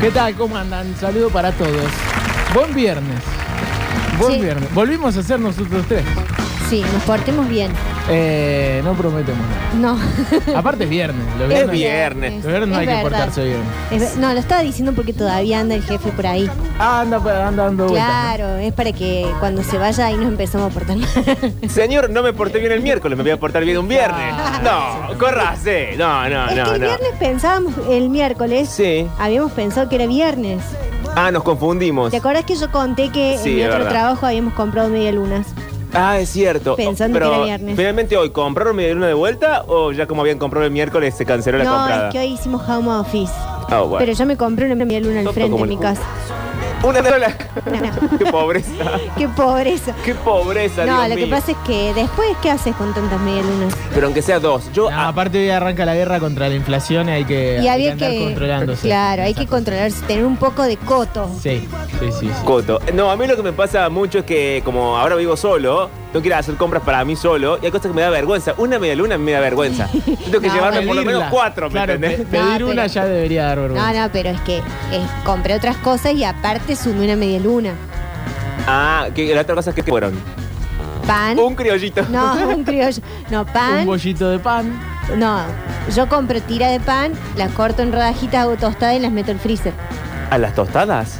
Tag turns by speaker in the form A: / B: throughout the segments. A: ¿Qué tal? ¿Cómo andan? Saludo para todos. Buen viernes. Buen
B: Sí.
A: viernes. Volvimos a ser nosotros tres.
B: Sí, nos portemos bien.
A: Eh, no prometemos nada.
B: No.
A: Aparte es viernes. Lo
C: Es
A: viernes,
C: viernes.
A: lo viernes no hay
B: Es
A: que
B: verdad.
A: portarse bien.
B: Es ver- no, lo estaba diciendo porque todavía anda el jefe por ahí.
A: Ah, anda, pa- anda dando vueltas.
B: Claro, es para que cuando se vaya ahí nos empezamos a portar mal.
C: Señor, no me porté bien el miércoles, me voy a portar bien un viernes. No, corrase. No, no,
B: Ah. es que
C: Ah, no,
B: el
C: no.
B: viernes pensábamos, el miércoles,
C: Sí.
B: habíamos pensado que era viernes.
C: Ah, nos confundimos.
B: ¿Te acuerdas que yo conté que
C: Sí,
B: en mi
C: es
B: otro
C: verdad.
B: trabajo habíamos comprado media lunas?
C: Ah, es cierto.
B: Pensando que
C: Pero
B: era viernes.
C: finalmente hoy, ¿compraron mi luna de vuelta o ya como habían comprado el miércoles se canceló la
B: no,
C: comprada?
B: es que hoy hicimos home office.
C: Ah, bueno.
B: Pero yo me compré una media luna al
C: Tonto
B: frente
C: como
B: en
C: el
B: mi
C: culo.
B: casa.
C: Una sola.
B: No.
C: Qué pobreza.
B: Qué pobreza.
C: Qué pobreza,
B: No,
C: Dios
B: lo que
C: mío.
B: pasa es que después, ¿qué haces con tantas media lunas?
C: Pero aunque sea dos, yo.
A: No,
C: ah,
A: aparte hoy arranca la guerra contra la inflación y hay que, hay
B: Y había
A: andar
B: que.
A: controlándose.
B: Claro, hay que controlarse, tener un poco de coto.
A: Sí, sí, sí. sí.
C: Coto. No, a mí lo que me pasa mucho es que como ahora vivo solo, tengo que ir a hacer compras para mí solo y hay cosas que me da vergüenza. Una media luna me da vergüenza. Yo Tengo que
B: No,
C: llevarme por lo
A: Pedirla.
C: menos cuatro, ¿me
A: Claro,
C: entendés?
A: pe- pedir
B: No,
A: una
B: pero-
A: ya debería dar vergüenza.
B: No, no, pero es que eh, compré otras cosas y aparte sumé una media luna.
C: Ah, que la otra cosa es que fueron.
B: Pan.
C: Un criollito.
B: No, un criollo.
A: Ah.
B: No, ¿eh?
A: Un
B: pan.
A: bollito de pan.
B: No, yo compro tira de pan, las corto en rodajitas, hago tostada y las meto al freezer.
C: ¿A las tostadas?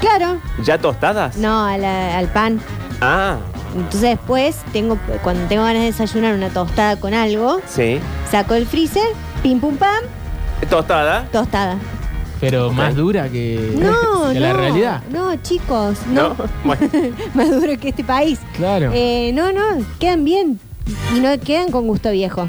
B: Claro.
C: ¿Ya tostadas?
B: No, a la- al pan.
C: Ah,
B: Entonces después, tengo, cuando tengo ganas de desayunar una tostada con algo,
C: sí.
B: saco el freezer, pim pum pam,
C: ¿Tostada?
B: tostada.
A: Pero
C: Ok.
A: más dura que,
B: No,
A: que
B: no.
A: la realidad.
B: No, chicos, no.
C: Bueno,
B: Más duro que este país.
A: Claro.
B: Eh, no, no, quedan bien. Y no quedan con gusto a viejo.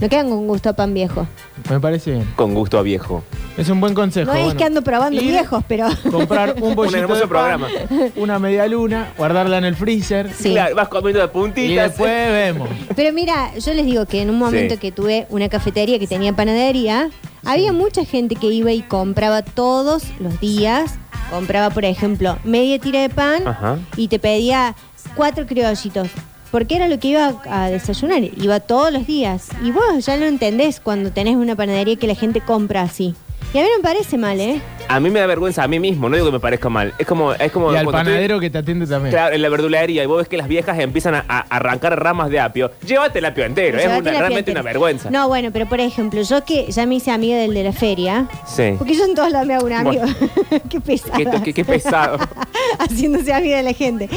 B: No quedan con gusto a pan viejo.
A: Me parece bien.
C: con gusto a viejo.
A: Es un buen consejo.
B: No es
A: bueno.
B: que ando probando
A: Ir,
B: viejos, pero.
A: Comprar un bollito
C: hermoso
A: de pan,
C: programa.
A: una media luna, guardarla en el freezer
B: Sí.
C: Claro, vas comiendo de
A: y
C: puntitas.
A: después vemos.
B: Pero mira, yo les digo que en un momento
C: Sí.
B: que tuve una cafetería que tenía panadería, había mucha gente que iba y compraba todos los días. Compraba, por ejemplo, media tira de pan
C: Ajá.
B: y te pedía cuatro criollitos. Porque era lo que iba a desayunar, iba todos los días. Y vos ya lo entendés cuando tenés una panadería que la gente compra así. Y a mí no me parece mal, ¿eh?
C: A mí me da vergüenza a mí mismo, no digo que me parezca mal. Es como. Es como
A: Y al
C: cuando estoy-
A: panadero que te atiende también.
C: Claro, en la verdulería y vos ves que las viejas empiezan a, a arrancar ramas de apio. Llévate el apio entero, es
B: Llevate
C: una-
B: la
C: realmente
B: piantera.
C: una vergüenza.
B: No, bueno, pero por ejemplo, yo que ya me hice amiga del de la feria,
C: Sí.
B: porque yo en todos lados me hago un amigo.
C: Bueno.
B: qué pesada.
C: Qué, qué- qué pesado.
B: haciéndose amiga de la gente.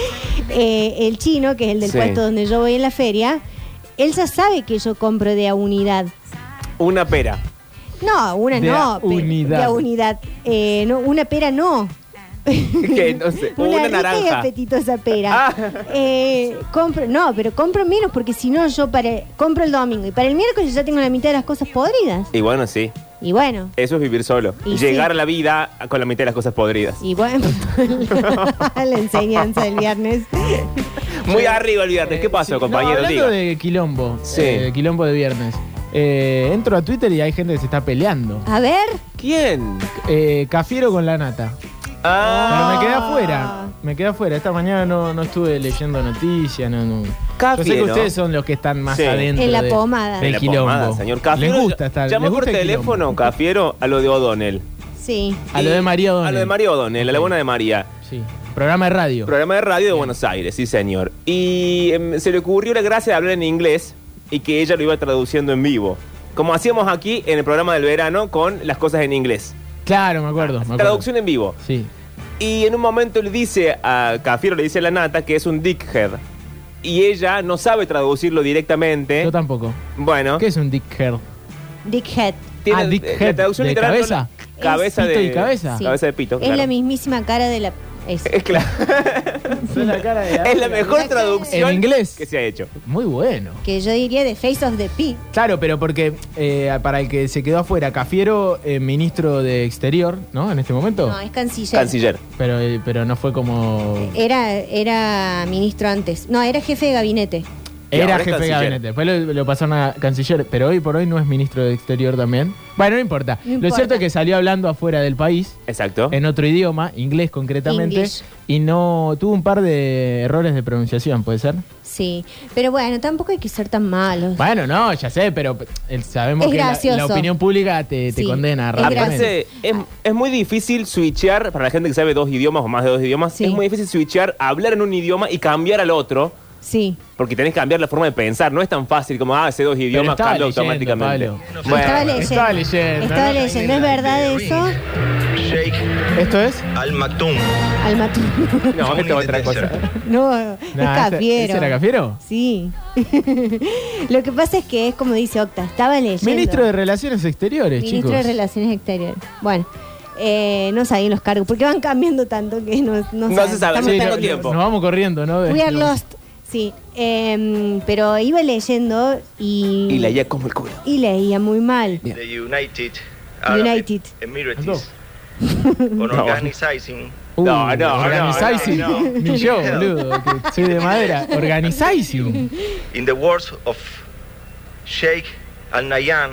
B: Eh, el chino, que es el del
C: Sí.
B: puesto donde yo voy en la feria, él ya sabe que yo compro de a unidad.
C: Una pera.
B: No, una
A: De
B: no.
A: a
B: pe-
A: unidad.
B: De a unidad. Eh, no, una pera no.
C: Que entonces,
B: Una,
C: una,
B: rica y
C: naranja.
B: apetitosa pera.
C: Ah.
B: Eh, compro, no, pero compro menos porque si no yo para, compro el domingo y para el miércoles ya tengo la mitad de las cosas podridas.
C: Y bueno, sí,
B: Y bueno,
C: eso es vivir solo.
B: Y
C: Llegar
B: sí.
C: a la vida con la mitad de las cosas podridas.
B: y bueno, la enseñanza del viernes.
C: Muy arriba el viernes. ¿Qué
A: Eh,
C: pasó,
A: Sí.
C: compañero?
A: No, hablando
C: Diga.
A: de quilombo,
C: Sí.
A: eh, quilombo de viernes. Eh, entro a Twitter y hay gente que se está peleando.
B: A ver,
C: ¿Quién?
A: Eh, cafiero con la nata. Pero
C: Ah,
A: me quedé afuera. Me quedé afuera. Esta mañana no, no estuve leyendo noticias. No, no. Yo sé que
C: Cafiero.
A: ustedes son los que están más
C: Sí.
A: adentro.
B: En la
A: de-
B: pomada.
A: Del
C: la
A: quilombo.
C: pomada, señor Cafiero.
A: Les gusta estar.
C: Llamó
A: les gusta
C: por
A: el quilombo.
C: teléfono, Cafiero, a lo de O'Donnell.
B: sí.
A: A lo
C: Y-
A: de María
C: A lo de
A: O'Donnell.
C: María O'Donnell, a la buena de María.
A: Sí. Programa de radio.
C: Programa de radio de Buenos Aires, sí señor. Y em, se le ocurrió la gracia de hablar en inglés y que ella lo iba traduciendo en vivo. Como hacíamos aquí en el programa del verano con las cosas en inglés.
A: Claro, me acuerdo. me acuerdo.
C: Traducción en vivo.
A: Sí.
C: Y en un momento le dice a Cafiero, le dice a la nata que es un dickhead. Y ella no sabe traducirlo directamente.
A: Yo tampoco.
C: Bueno,
A: ¿Qué es un dickhead?
B: Dickhead.
C: tiene
A: Ah, dickhead,
C: la traducción
A: de
C: literal no-
A: cabeza.
C: Cabeza
A: Es
C: de
A: pito y cabeza.
B: Sí.
C: cabeza de pito.
B: Es
C: claro.
B: la mismísima cara de la. es-
C: Es cla- es la mejor traducción
A: En inglés.
C: que se ha hecho.
A: Muy bueno.
B: que yo diría de Face of the Pig.
A: Claro, pero porque eh, para el que se quedó afuera, Cafiero, eh, ministro de Exterior, ¿no? En este momento.
B: No, es canciller.
C: Oh. Canciller.
A: Pero, eh, pero no fue como.
B: Era, era ministro antes. No, era jefe de gabinete.
C: Y
A: Era
C: ahora es
A: jefe de
C: canciller.
A: gabinete, después lo, lo pasaron a canciller, pero hoy por hoy no es ministro de Exterior también. Bueno, no importa.
B: No
A: lo
B: importa.
A: cierto es que salió hablando afuera del país,
C: Exacto.
A: en otro idioma, inglés concretamente,
B: English.
A: y no tuvo un par de errores de pronunciación, ¿puede ser?
B: Sí, pero bueno, tampoco hay que ser tan malos.
A: Bueno, no, ya sé, pero eh, sabemos
B: Es
A: que la- la,
B: gracioso.
A: opinión pública te, te
B: Sí,
A: condena
B: es
A: rápidamente.
B: gracioso.
C: Aparte, es, es muy difícil switchear, para la gente que sabe dos idiomas o más de dos idiomas,
B: Sí.
C: es muy difícil switchear, hablar en un idioma y cambiar al otro,
B: Sí.
C: porque tenés que cambiar la forma de pensar. No es tan fácil como, ah, sé dos idiomas,
A: estaba
C: cambio
A: leyendo,
C: automáticamente.
A: Pablo.
B: estaba
C: Bueno,
B: leyendo.
A: estaba leyendo,
B: Estaba
A: ¿no?
B: leyendo. ¿Es verdad eso?
D: Sheikh
A: Esto es.
D: Al Maktoum.
B: Al matón.
C: no, esto es otra cosa.
B: no, es
A: Nah, ¿ese-
B: cafiero.
A: ¿Ese era Cafiero?
B: Sí. Lo que pasa es que es como dice Octa, estaba leyendo.
A: Ministro de Relaciones Exteriores,
B: Ministro
A: Eh, chicos.
B: de Relaciones Exteriores. Bueno, eh, no sabían los cargos, porque van cambiando tanto que no, no,
C: No
B: saben.
C: se sabe,
B: Estamos
C: sí,
B: perdidos.
C: no- tiempo.
A: Nos vamos corriendo, ¿no? De-
B: We are lost. Sí, em, pero iba leyendo y...
C: Y leía como el culo.
B: y leía muy mal.
D: The United Arab
B: United.
D: Emirates.
A: Ando.
D: On
C: No.
D: organizing.
A: Uh,
C: No, no, no,
A: organizais-
D: no, no.
A: Ni yo, boludo, que soy de madera. Organizáis.
D: In the words of Sheikh Al Nayan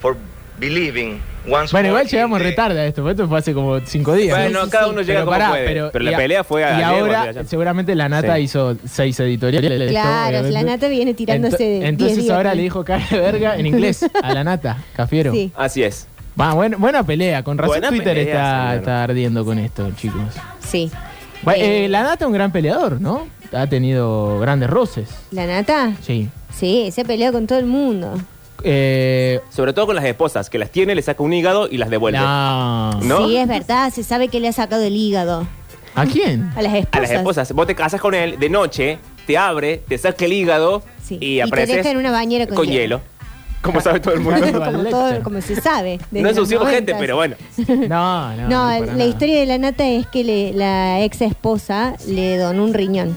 D: for believing once
A: Bueno,
D: more
A: igual llegamos
D: in the-
A: retarda a esto, porque esto fue hace como cinco días.
C: Bueno,
B: sí,
C: cada
B: sí.
C: uno llega como
A: pará,
C: puede. Pero, la
A: y a-
C: pelea fue a
A: Y
C: ayer o
A: ahora,
C: antes de ayer.
A: seguramente la Nata
C: Sí.
A: hizo seis editoriales. de esto,
B: Claro,
A: obviamente.
B: la nata viene tirándose
A: Ento-
B: de
A: Entonces
B: 10 días.
A: ahora le dijo cara de verga en inglés a la Nata, Cafiero.
B: Sí.
C: Así es.
A: Va, buen- buena pelea. Con razón
C: Buena
A: Twitter
C: pelea,
A: está,
C: señor.
A: está ardiendo con esto, chicos.
B: Sí.
A: Va,
B: Eh,
A: eh, la Nata es un gran peleador, ¿no? Ha tenido grandes roces.
B: ¿La nata?
A: Sí.
B: Sí, se ha peleado con todo el mundo.
A: Eh,
C: Sobre todo con las esposas, que las tiene, le saca un hígado y las devuelve.
A: no.
C: ¿No?
B: Sí, es verdad, se sabe que le ha sacado el hígado
A: ¿A quién?
B: a las esposas.
C: A las esposas. Vos te casas con él de noche, te abre, te saca el hígado
B: Sí.
C: y
B: te
C: apareces.
B: deja en una bañera con hielo.
C: hielo. Como sabe todo el mundo.
B: como, todo, como se sabe. desde
C: no
B: los
C: ensució gente,
B: 90.
C: pero bueno.
A: No, no.
B: No,
A: para
B: la
A: nada.
B: historia de la nata es que le- la ex esposa le donó un riñón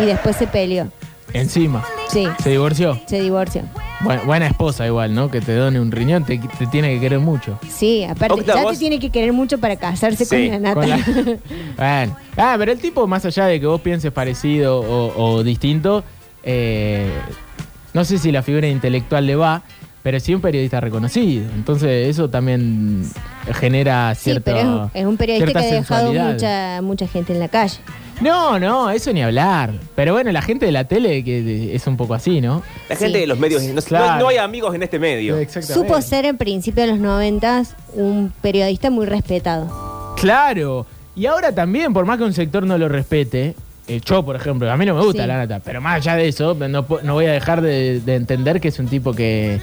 B: y después se peleó.
A: Encima.
B: Sí,
A: Se divorció.
B: se divorció.
A: Bueno, buena esposa igual, ¿no? Que te done un riñón, te, te tiene que querer mucho.
B: Sí, aparte,
C: Octa,
B: ya te
C: vos-
B: tiene que querer mucho para casarse
C: Sí,
B: con la nata.
A: Con la- Bueno. Ah, pero el tipo, más allá de que vos pienses parecido o, o distinto, eh, no sé si la figura intelectual le va, pero sí un periodista reconocido. Entonces eso también genera
B: Sí,
A: cierto...
B: pero es un- es, un periodista que
A: cierta
B: ha dejado
A: sensualidad.
B: mucha, mucha gente en la calle.
A: No, no, eso ni hablar. Pero bueno, la gente de la tele que de- es un poco así, ¿no?
C: La
B: Sí.
C: gente de los medios. No,
A: Claro.
C: no- no hay amigos en este medio.
B: Supo ser en principio de los noventas un periodista muy respetado.
A: Claro. Y ahora también, por más que un sector no lo respete, eh, yo, por ejemplo, a mí no me gusta
B: Sí.
A: la nata, pero más allá de eso, no, po- no voy a dejar de, de entender que es un tipo que,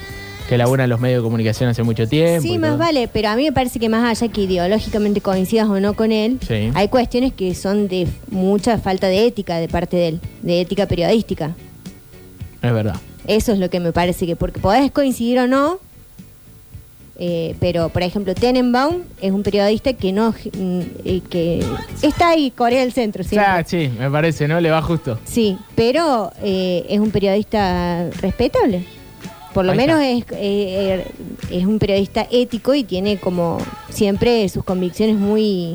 A: que labura en los medios de comunicación hace mucho tiempo.
B: Sí,
A: y
B: más
A: todo.
B: vale, pero a mí me parece que más allá que ideológicamente coincidas o no con él,
A: Sí.
B: hay cuestiones que son de mucha falta de ética de parte de él, de ética periodística.
A: Es verdad.
B: Eso es lo que me parece que, porque podés coincidir o no, eh, pero por ejemplo, Tenenbaum es un periodista que no. mm, eh, que está ahí, Corea del Centro,
A: O
B: ¿sí?
A: sea, sí, me parece, ¿no? Le va justo.
B: Sí, pero eh, es un periodista respetable. Por lo
A: Ahí
B: menos
A: está.
B: es, eh, eh, es un periodista ético y tiene como siempre sus convicciones muy...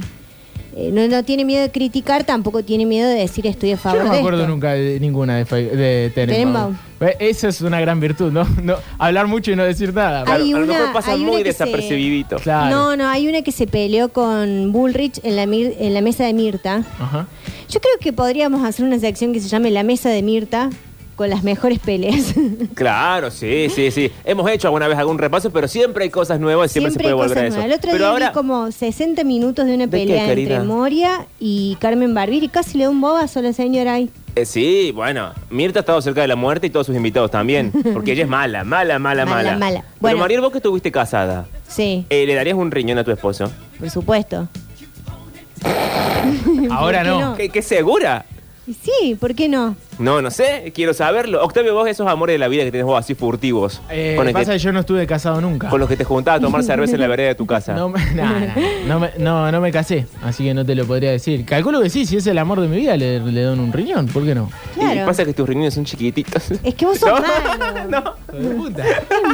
B: eh, no, no tiene miedo de criticar, tampoco tiene miedo de decir estoy a favor
A: Yo no me
B: de
A: acuerdo
B: esto.
A: nunca de ninguna de, Fe- de Tenenbaum.
B: Tenenbaum.
A: Eh, Esa es una gran virtud, ¿no? No- hablar mucho y no decir nada.
B: Hay
C: a lo
B: una-
C: mejor pasa
B: hay una
C: muy
B: que se-
C: desapercibidito.
A: Claro.
B: No, no, hay una que se peleó con Bullrich en la, mir- en la mesa de Mirta.
A: Ajá.
B: Yo creo que podríamos hacer una sección que se llame La mesa de Mirta con las mejores peleas.
C: Claro, sí, sí, sí. Hemos hecho alguna vez algún repaso, pero siempre hay cosas nuevas y siempre, se
B: hay
C: puede volver a
B: cosas
C: eso.
B: nuevas. El otro
C: pero
B: día
C: ahora,
B: vi como 60 minutos de una
C: ¿De qué,
B: pelea entre
C: Karina?
B: Moria y Carmen Barbieri. y Casi le da un bobazo a la señora ahí.
C: eh, sí, bueno, Mirta ha estado cerca de la muerte y todos sus invitados también, porque ella es mala, mala, mala,
B: Mala,
C: mala.
B: mala.
C: Pero
B: Bueno.
C: Mariel, vos que estuviste casada,
B: Sí,
C: eh, ¿le darías un riñón a tu esposo?
B: por supuesto.
A: Ahora
B: qué
A: no.
B: no?
C: ¿Qué, qué segura?
B: Y Sí, ¿por qué no?
C: No, no sé, quiero saberlo. Octavio, vos esos amores de la vida que tenés vos así furtivos,
A: Eh,
C: con, el que-
A: pasa que yo no estuve casado nunca.
C: con los que te juntabas a tomar cerveza en la vereda de tu casa.
A: No, me- nah, nah, no, me, no, no me casé, así que no te lo podría decir. Calculo que sí, si es el amor de mi vida, le, le doy un riñón, ¿por qué no?
C: Y
B: Claro.
C: pasa que tus riñones son chiquititos.
B: Es que vos sos malo.
C: no.
B: Es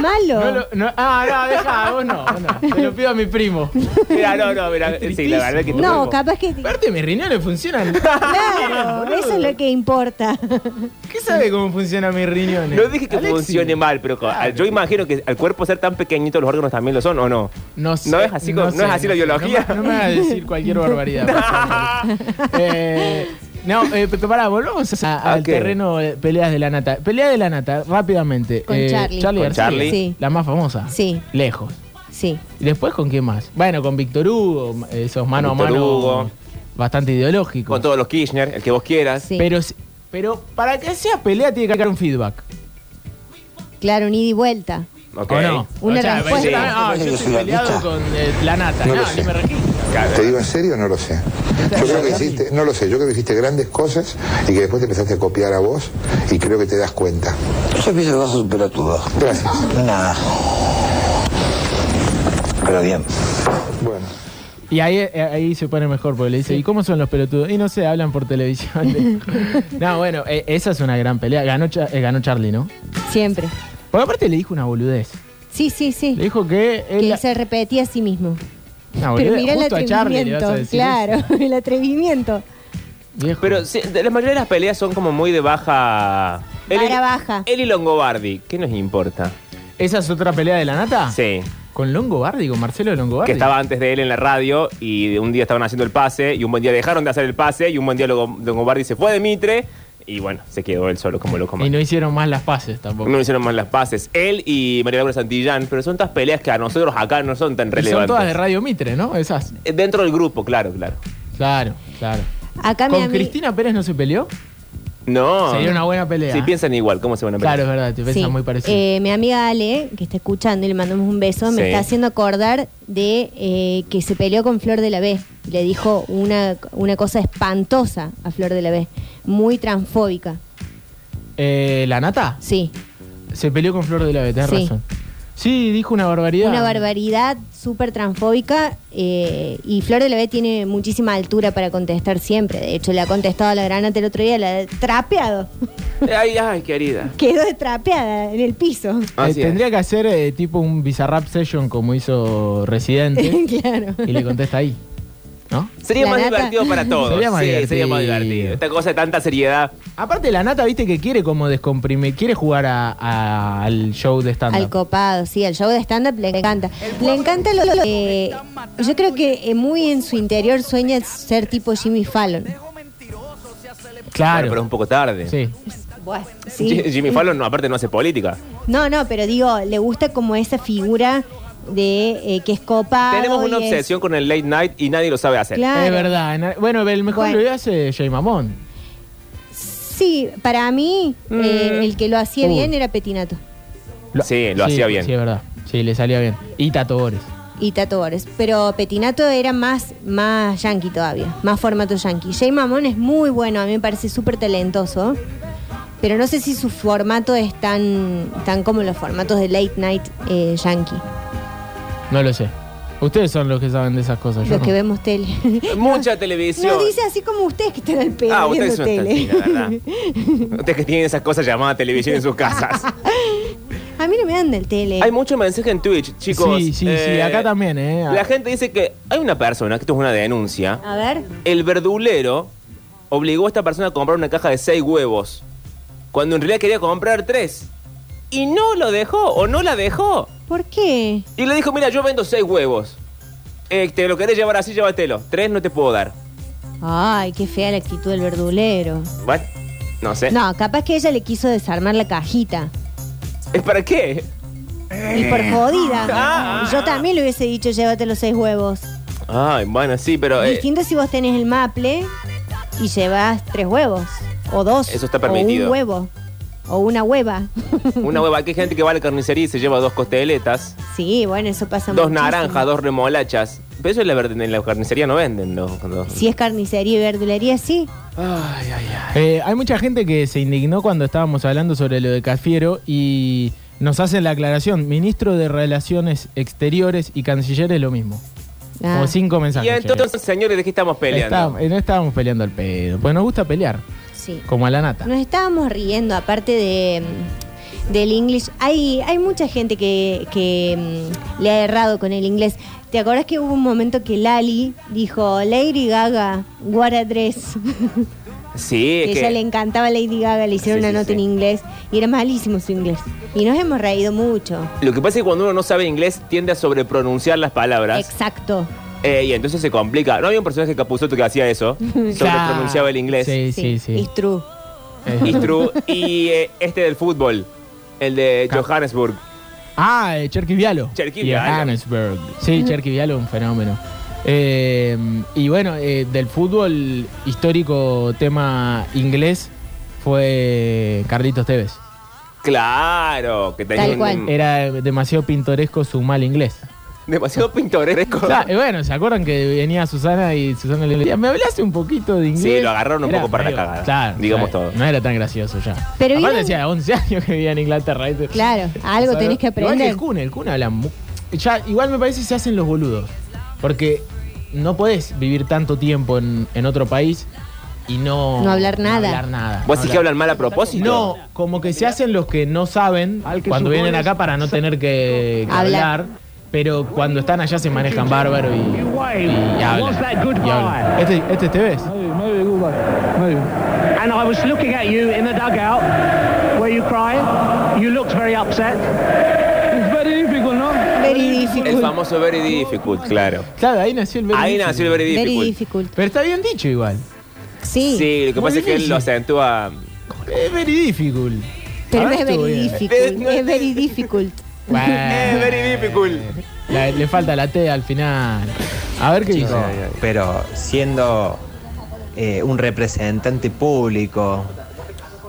B: malo.
A: No lo- no- ah, no, deja, vos no, vos no. Te lo pido a mi primo.
C: Mira, no, no, mira, sí, la verdad que
A: Tristísimo.
B: No,
C: capaz
B: capaz que.
A: Aparte, mis riñones funcionan.
B: Claro, esa es lo que importa.
A: ¿Qué sabe cómo funcionan mis riñones?
C: No dije que
A: Alexis.
C: funcione mal, pero co-
A: Claro.
C: yo imagino que al cuerpo ser tan pequeñito los órganos también lo son, ¿o no?
A: No, sé,
C: ¿No es así con- no es así
A: sé.
C: la biología?
A: No, me- no me vas a decir cualquier barbaridad. por favor. Eh, no, eh, pero pará, volvamos a- al
C: Ah, Ok.
A: terreno eh, peleas de la nata. Pelea de la nata, rápidamente. Eh,
B: Con Charlie.
C: Con
A: García,
C: Charlie.
B: Sí.
A: La más famosa.
B: Sí.
A: Lejos.
B: Sí.
A: ¿Y después con quién más? Bueno, con Víctor Hugo, eh, esos mano a
C: Víctor
A: mano.
C: Hugo.
A: Bastante ideológicos.
C: Con todos los Kirchner, el que vos quieras.
B: Sí.
A: Pero, si- pero para que sea pelea tiene que haber un feedback.
B: Claro, un ida y vuelta.
C: ¿ok?
A: ¿O no?
B: Una
A: o sea,
B: respuesta.
A: sí. Ah, yo estoy peleado con eh, la nata. No,
E: No lo
A: ni
E: sé.
A: me registro.
E: ¿Te digo en serio? No lo sé. Yo creo que hiciste, no lo sé, yo creo que hiciste grandes cosas y que después te empezaste a copiar a vos y creo que te das cuenta.
F: Yo pienso que vos sos un pelotudo.
E: Gracias.
F: Nada. Pero bien.
E: Bueno.
A: Y ahí, eh, ahí se pone mejor porque le dice, ¿y cómo son los pelotudos? Y no sé, hablan por televisión. no, bueno, eh, esa es una gran pelea. Ganó, Cha- eh, ganó Charlie, ¿no?
B: Siempre.
A: Porque aparte le dijo una boludez.
B: Sí, sí, sí.
A: Le dijo que...
B: Que
A: él-
B: se repetía a sí mismo.
A: una boludez.
B: Pero mira el
A: Justo a Charlie le vas a
B: atrevimiento.
A: decir
B: Claro,
A: eso.
B: el atrevimiento.
A: Viejo.
C: Pero sí, de- la mayoría de las peleas son como muy de baja.
B: Vara baja.
C: Él y Longobardi, ¿qué nos importa?
A: ¿Esa es otra pelea de la nata?
C: Sí.
A: Con Longobardi, con Marcelo Longobardi.
C: Que estaba antes de él en la radio y un día estaban haciendo el pase y un buen día dejaron de hacer el pase y un buen día Longo- Longobardi se fue de Mitre y bueno, se quedó él solo como loco.
A: Y no hicieron más las paces tampoco.
C: No hicieron más las pases. Él y María Laura Santillán, pero son tantas peleas que a nosotros acá no son tan
A: Y
C: relevantes.
A: son todas de Radio Mitre, ¿no? Esas.
C: Eh, Dentro del grupo, claro, claro.
A: Claro, claro.
B: Acá mi
A: ¿Con
B: ami-
A: Cristina Pérez no se peleó?
C: No.
A: Sería una buena pelea. ¿eh?
C: Si piensan igual, ¿cómo se van a pelear?
A: Claro, es verdad, te piensan
B: Sí.
A: muy parecido.
B: Eh, mi amiga Ale, que está escuchando y le mandamos un beso,
C: Sí.
B: me está haciendo acordar de eh, que se peleó con Flor de la B. Y le dijo una, una cosa espantosa a Flor de la B. Muy transfóbica.
A: Eh, ¿La nata?
B: Sí.
A: Se peleó con Flor de la B, tenés
B: Sí.
A: razón. Sí, dijo una barbaridad.
B: Una barbaridad súper transfóbica eh, y Flor de la B tiene muchísima altura para contestar siempre. De hecho, le ha contestado a la granate el otro día, la ha trapeado.
C: Eh, Ay, ay, querida.
B: Quedó trapeada en el piso.
A: Eh,
C: Así es.
A: tendría que hacer eh, tipo un bizarrap session como hizo Residente
B: claro.
A: y le contesta ahí. ¿No?
C: Sería
B: La
C: más
B: nata.
C: divertido para todos.
A: Sería más
C: sí,
A: divertido.
C: sería más divertido. Esta cosa de tanta seriedad.
A: Aparte la nata, viste que quiere como descomprimir, quiere jugar a- a- al show de stand
B: Al copado, sí, al show de stand-up le encanta. Le encanta lo, lo- eh, Yo creo que eh, muy en su interior sueña ser tipo Jimmy Fallon.
A: Claro.
C: Bueno, pero es un poco tarde.
A: Sí.
B: Bueno, sí.
C: Ji- Jimmy Fallon, no, aparte, no hace política.
B: No, no, pero digo, le gusta como esa figura de eh, que es copado.
C: Tenemos una
B: y es-
C: obsesión con el late night y nadie lo sabe hacer.
B: Claro.
A: Es verdad. en- Bueno, el mejor
B: Bueno.
A: lo hace Jay Mamón.
B: Sí, para mí
A: Mm.
B: eh, el que lo hacía
A: Uy.
B: bien era Petinato
C: Sí, lo hacía bien.
A: Sí, es verdad. Sí, le salía bien. Y Tato Bores.
B: y Tato Bores, pero Petinato era más, más yankee todavía, más formato yankee. Jay Mamón es muy bueno, a mí me parece súper talentoso, pero no sé si su formato es tan, tan como los formatos de late night eh, yankee,
A: No lo sé. Ustedes son los que saben de esas cosas. yo
B: los
A: no.
B: que vemos tele.
C: Mucha televisión.
B: No dice así como ustedes que están al pedo
C: Ah, ustedes
B: viendo
C: son
B: tele.
C: argentinos, la verdad. Ustedes que tienen esas cosas llamadas televisión en
B: Ah,
C: sus casas.
B: a mí no me dan del tele.
C: Hay mucho mensaje en Twitch, chicos.
A: Sí, sí, sí,
C: Eh,
A: acá también, ¿eh?
C: La gente dice que hay una persona, que esto es una denuncia.
B: A ver,
C: El verdulero obligó a esta persona a comprar una caja de seis huevos. Cuando en realidad quería comprar tres. Y no lo dejó, o no la dejó.
B: ¿por qué?
C: Y le dijo, mira, yo vendo seis huevos. Eh, te lo querés llevar así, llévatelo. Tres no te puedo dar.
B: Ay, qué fea la actitud del verdulero.
C: Bueno, no sé.
B: No, capaz que ella le quiso desarmar la cajita.
C: ¿Es para qué?
B: Y por jodida.
C: Eh. Ah.
B: Yo también le hubiese dicho, llévate los seis huevos.
C: Ay, bueno, sí, pero... eh,
B: Distinto si vos tenés el maple y llevas tres huevos. O dos.
C: Eso está permitido.
B: O un huevo. O una hueva.
C: Una hueva, aquí hay gente que va a la carnicería y se lleva dos costeletas,
B: sí, bueno, eso pasa
C: dos
B: muchísimo.
C: naranjas, dos remolachas. Pero eso en la, verd- en la carnicería no venden, ¿no? Cuando-
B: Si es carnicería y verdulería, sí.
C: Ay, ay, ay.
A: Eh, hay mucha gente que se indignó cuando estábamos hablando sobre lo de Cafiero y nos hacen la aclaración. Ministro de Relaciones Exteriores y Canciller es lo mismo.
B: Ah.
A: Como cinco mensajes.
C: Y entonces, señores, ¿de qué estamos peleando?
A: Estábamos- eh, no estábamos peleando al pedo. Pues nos gusta pelear,
B: Sí.
A: como a la nata.
B: Nos estábamos riendo, aparte de mm, del inglés. Hay, hay mucha gente que, que, mm, le ha errado con el inglés. ¿Te acordás que hubo un momento que Lali dijo, Lady Gaga, what a dress?
C: Sí,
B: que
C: es
B: ella le
C: que.
B: encantaba Lady Gaga, le hicieron
C: Sí,
B: una
C: sí,
B: nota en
C: sí.
B: inglés y era malísimo su inglés. Y nos hemos reído mucho.
C: Lo que pasa es que cuando uno no sabe inglés tiende a sobrepronunciar las palabras
B: Exacto.
C: eh, y entonces se complica. No había un personaje capuzoto que hacía eso, sobrepronunciaba el inglés.
A: Sí, sí,
B: Sí,
A: sí.
B: It's true.
C: Y
A: Eh,
C: true. Y eh, este del fútbol, el de
A: Ca-
C: Johannesburg.
A: Ah, eh, Cherky Vialo.
C: Cherky
A: Y
C: Vialo.
A: Johannesburg. Sí, Cherky Vialo, un fenómeno. Eh, y bueno, eh, del fútbol histórico tema inglés fue Carlitos Tevez.
C: Claro, que tenía
B: Tal
C: un-
B: cual.
A: Era demasiado pintoresco su mal inglés.
C: demasiado pintoresco.
A: O sea, y bueno, ¿se acuerdan que venía Susana y Susana le decía, me hablaste un poquito de inglés?
C: Sí, lo agarraron un poco para la
A: medio-
C: cagada,
A: Claro.
C: digamos
A: o sea,
C: todo.
A: No era tan gracioso ya.
B: Pero
A: Aparte
B: vieron-
A: decía, 11 años que vivía en Inglaterra. ¿viste?
B: Claro, algo
A: O sea,
B: tenés que
A: Igual que
B: aprender.
A: el Kun, el Kun habla mu- ya, igual me parece que se hacen los boludos. Porque no podés vivir tanto tiempo en, en otro país y no...
B: No hablar nada.
A: hablar nada.
C: ¿Vos
A: No
C: sí que
A: hablar-
C: hablan mal a propósito?
A: No, como que se hacen los que no saben cuando vienen acá para no tener que, que
B: Hablar.
A: hablar. Pero cuando están allá se manejan bárbaro y, y hablan. y hablan. Este, este te ves.
G: And I was looking at you in the dugout. Were you crying? You looked very upset. It's very difficult, no?
B: Very difficult.
C: El famoso Very Difficult, claro.
A: Claro, ahí nació el Very
C: Ahí
A: Difficult.
C: nació el Very
B: Very
C: Difficult.
B: difficult.
A: Pero está bien dicho igual.
B: Sí,
C: Sí, lo que
A: Muy
C: pasa es que él
A: difícil.
C: lo acentúa.
A: Es Very Difficult.
B: pero no
A: Ahora
B: es
A: Ah, estuvo
B: very
A: bien.
B: difficult.
C: No,
B: Es
C: no,
B: very
C: no.
A: Bueno.
B: difficult.
C: Es Very Difficult.
A: La- le falta la T al final. A ver qué dice.
H: pero siendo eh, un representante público,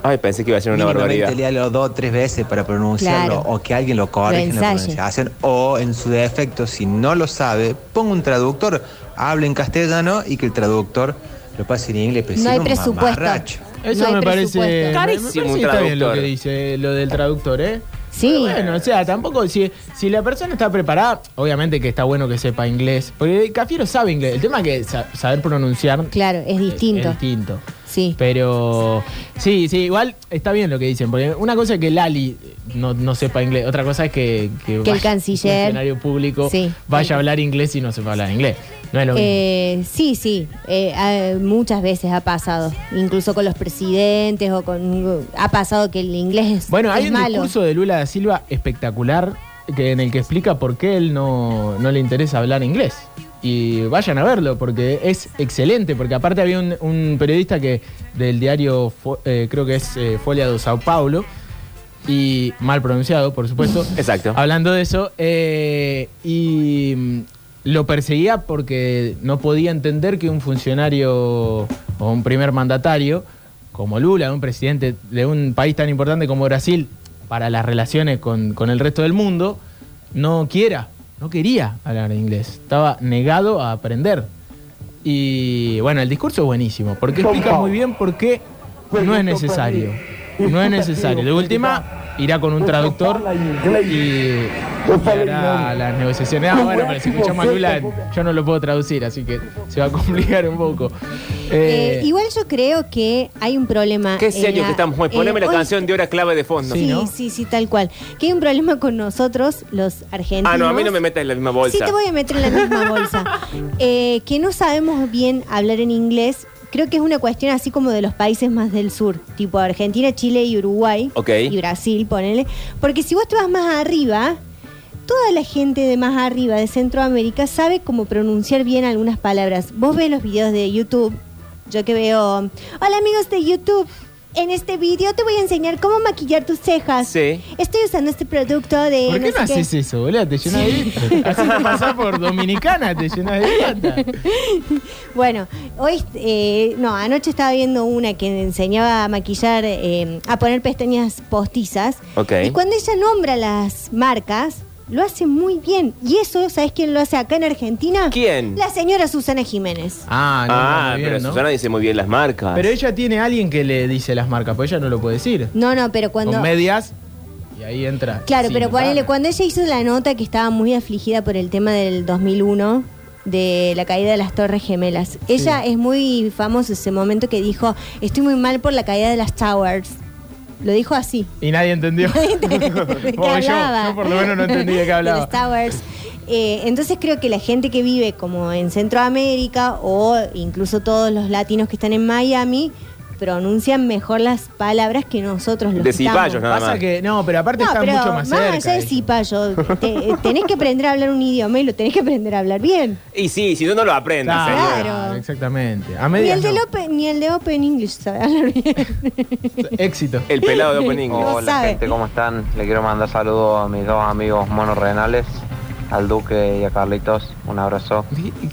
C: Ay, pensé que iba a ser una barbaridad.
H: mínimamente léalo dos o tres veces para pronunciarlo
B: Claro.
H: o que alguien lo corrija
B: Lo
H: en la
B: ensaye.
H: pronunciación o en su defecto, si no lo sabe, ponga un traductor, hable en castellano y que el traductor lo pase en inglés.
A: Pues
H: Pero si
B: No hay
H: un
B: presupuesto.
H: mamarracho.
A: Eso
B: No hay
A: me parece.
B: presupuesto.
A: me-
C: Carísimo
A: me parece
C: un
A: que está bien lo que
C: traductor.
A: dice lo del traductor, ¿eh?
B: Sí.
A: Pero bueno, o sea, tampoco. Si, si la persona está preparada, obviamente que está bueno que sepa inglés. Porque Cafiero sabe inglés. El tema es que sa- saber pronunciar.
B: Claro, es distinto.
A: Es distinto.
B: Sí.
A: Pero. Sí, sí, igual está bien lo que dicen. Porque una cosa es que Lali no, no sepa inglés. Otra cosa es que. Que,
B: el
A: vaya- Un
B: canciller-
A: funcionario público
B: Sí.
A: vaya a hablar inglés y no sepa hablar inglés. No es lo mismo.
B: Eh, sí, sí, eh, ah, muchas veces ha pasado, incluso con los presidentes o con ha pasado que el inglés es,
A: Bueno, hay
B: es
A: un
B: malo.
A: discurso de Lula da Silva espectacular que, en el que explica por qué él no, no le interesa hablar inglés. Y vayan a verlo, porque es excelente, porque aparte había un, un periodista que del diario, Fo- eh, creo que es eh, Folia de Sao Paulo, y mal pronunciado, por supuesto.
C: Exacto.
A: Hablando de eso, eh, y mm, lo perseguía porque no podía entender que un funcionario o un primer mandatario, como Lula, un presidente de un país tan importante como Brasil, para las relaciones con, con el resto del mundo, no quiera, no quería hablar inglés. Estaba negado a aprender. Y bueno, el discurso es buenísimo, porque explica muy bien por qué no es necesario. No es necesario. De última, irá con un traductor y, y hará las negociaciones. Ah, bueno, pero si escuchamos a Lula, yo no lo puedo traducir, así que se va a complicar un poco.
B: Eh,
A: Eh,
B: igual yo creo que hay un problema.
C: Qué
B: en
C: serio
B: la-
C: que estamos. Bueno,
B: en
C: Poneme la
B: hoy-
C: canción de hora clave de fondo.
A: Sí,
B: Sí,
A: ¿no?
B: sí, sí, tal cual. Que hay un problema con nosotros, los argentinos.
C: Ah, no, a mí no me metas en la misma bolsa.
B: Sí, te voy a meter en la misma bolsa. Eh, que no sabemos bien hablar en inglés. Creo que es una cuestión así como de los países más del sur, tipo Argentina, Chile y Uruguay.
C: Ok.
B: Y Brasil, ponele. Porque si vos te vas más arriba, toda la gente de más arriba, de Centroamérica, sabe cómo pronunciar bien algunas palabras. Vos ves los videos de YouTube. Yo que veo. Hola amigos de YouTube. En este video te voy a enseñar cómo maquillar tus cejas.
C: Sí.
B: Estoy usando este producto de.
A: ¿Por qué
B: sé
A: no haces eso, boludo? Te llenas de plata. Así te pasás por dominicana, te llenas de plata.
B: Bueno, hoy, eh, no, anoche estaba viendo una que enseñaba a maquillar, eh, a poner pestañas postizas.
C: Ok.
B: Y cuando ella nombra las marcas, lo hace muy bien. Y eso, ¿sabes quién lo hace acá en Argentina?
C: ¿Quién?
B: La señora Susana Jiménez.
A: Ah, no,
C: Ah,
A: muy bien,
C: pero
A: ¿no?
C: Susana dice muy bien las marcas.
A: Pero ella tiene a alguien que le dice las marcas, pues ella no lo puede decir.
B: No, no, pero cuando...
A: Con medias y ahí entra.
B: Claro,
A: Sí,
B: pero
A: no
B: ponele,
A: sabe.
B: cuando ella hizo la nota que estaba muy afligida por el tema del 2001, de la caída de las Torres Gemelas, ella es muy famosa ese momento que dijo, estoy muy mal por la caída de las Towers. Lo dijo así.
A: Y nadie entendió.
B: ¿De qué
A: Bueno, yo,
B: hablaba?
A: yo por lo menos no entendí de qué hablaba.
B: De los Towers. Eh, entonces creo que la gente que vive como en Centroamérica o incluso todos los latinos que están en Miami pronuncian mejor las palabras que nosotros los
C: De
B: que estamos.
C: cipayos, nada
A: Pasa
C: más.
A: que, no, pero aparte
B: No,
A: están
B: pero
A: mucho más
B: más
A: cerca.
B: allá de
A: ellos.
B: cipayo, te- eh, tenés que aprender a hablar un idioma y lo tenés que aprender a hablar bien.
C: Y sí, si no, no lo aprendes.
A: Claro,
C: señor.
B: Claro.
A: Exactamente. A
B: Ni
A: medias
B: el, del
A: no.
B: open, ni el de Open English sabe hablar bien.
A: Éxito.
C: El pelado de Open English.
B: No
I: Hola
B: sabe.
I: gente, ¿cómo están? Le quiero mandar saludos a mis dos amigos monorrenales, al Duque y a Carlitos. Un abrazo.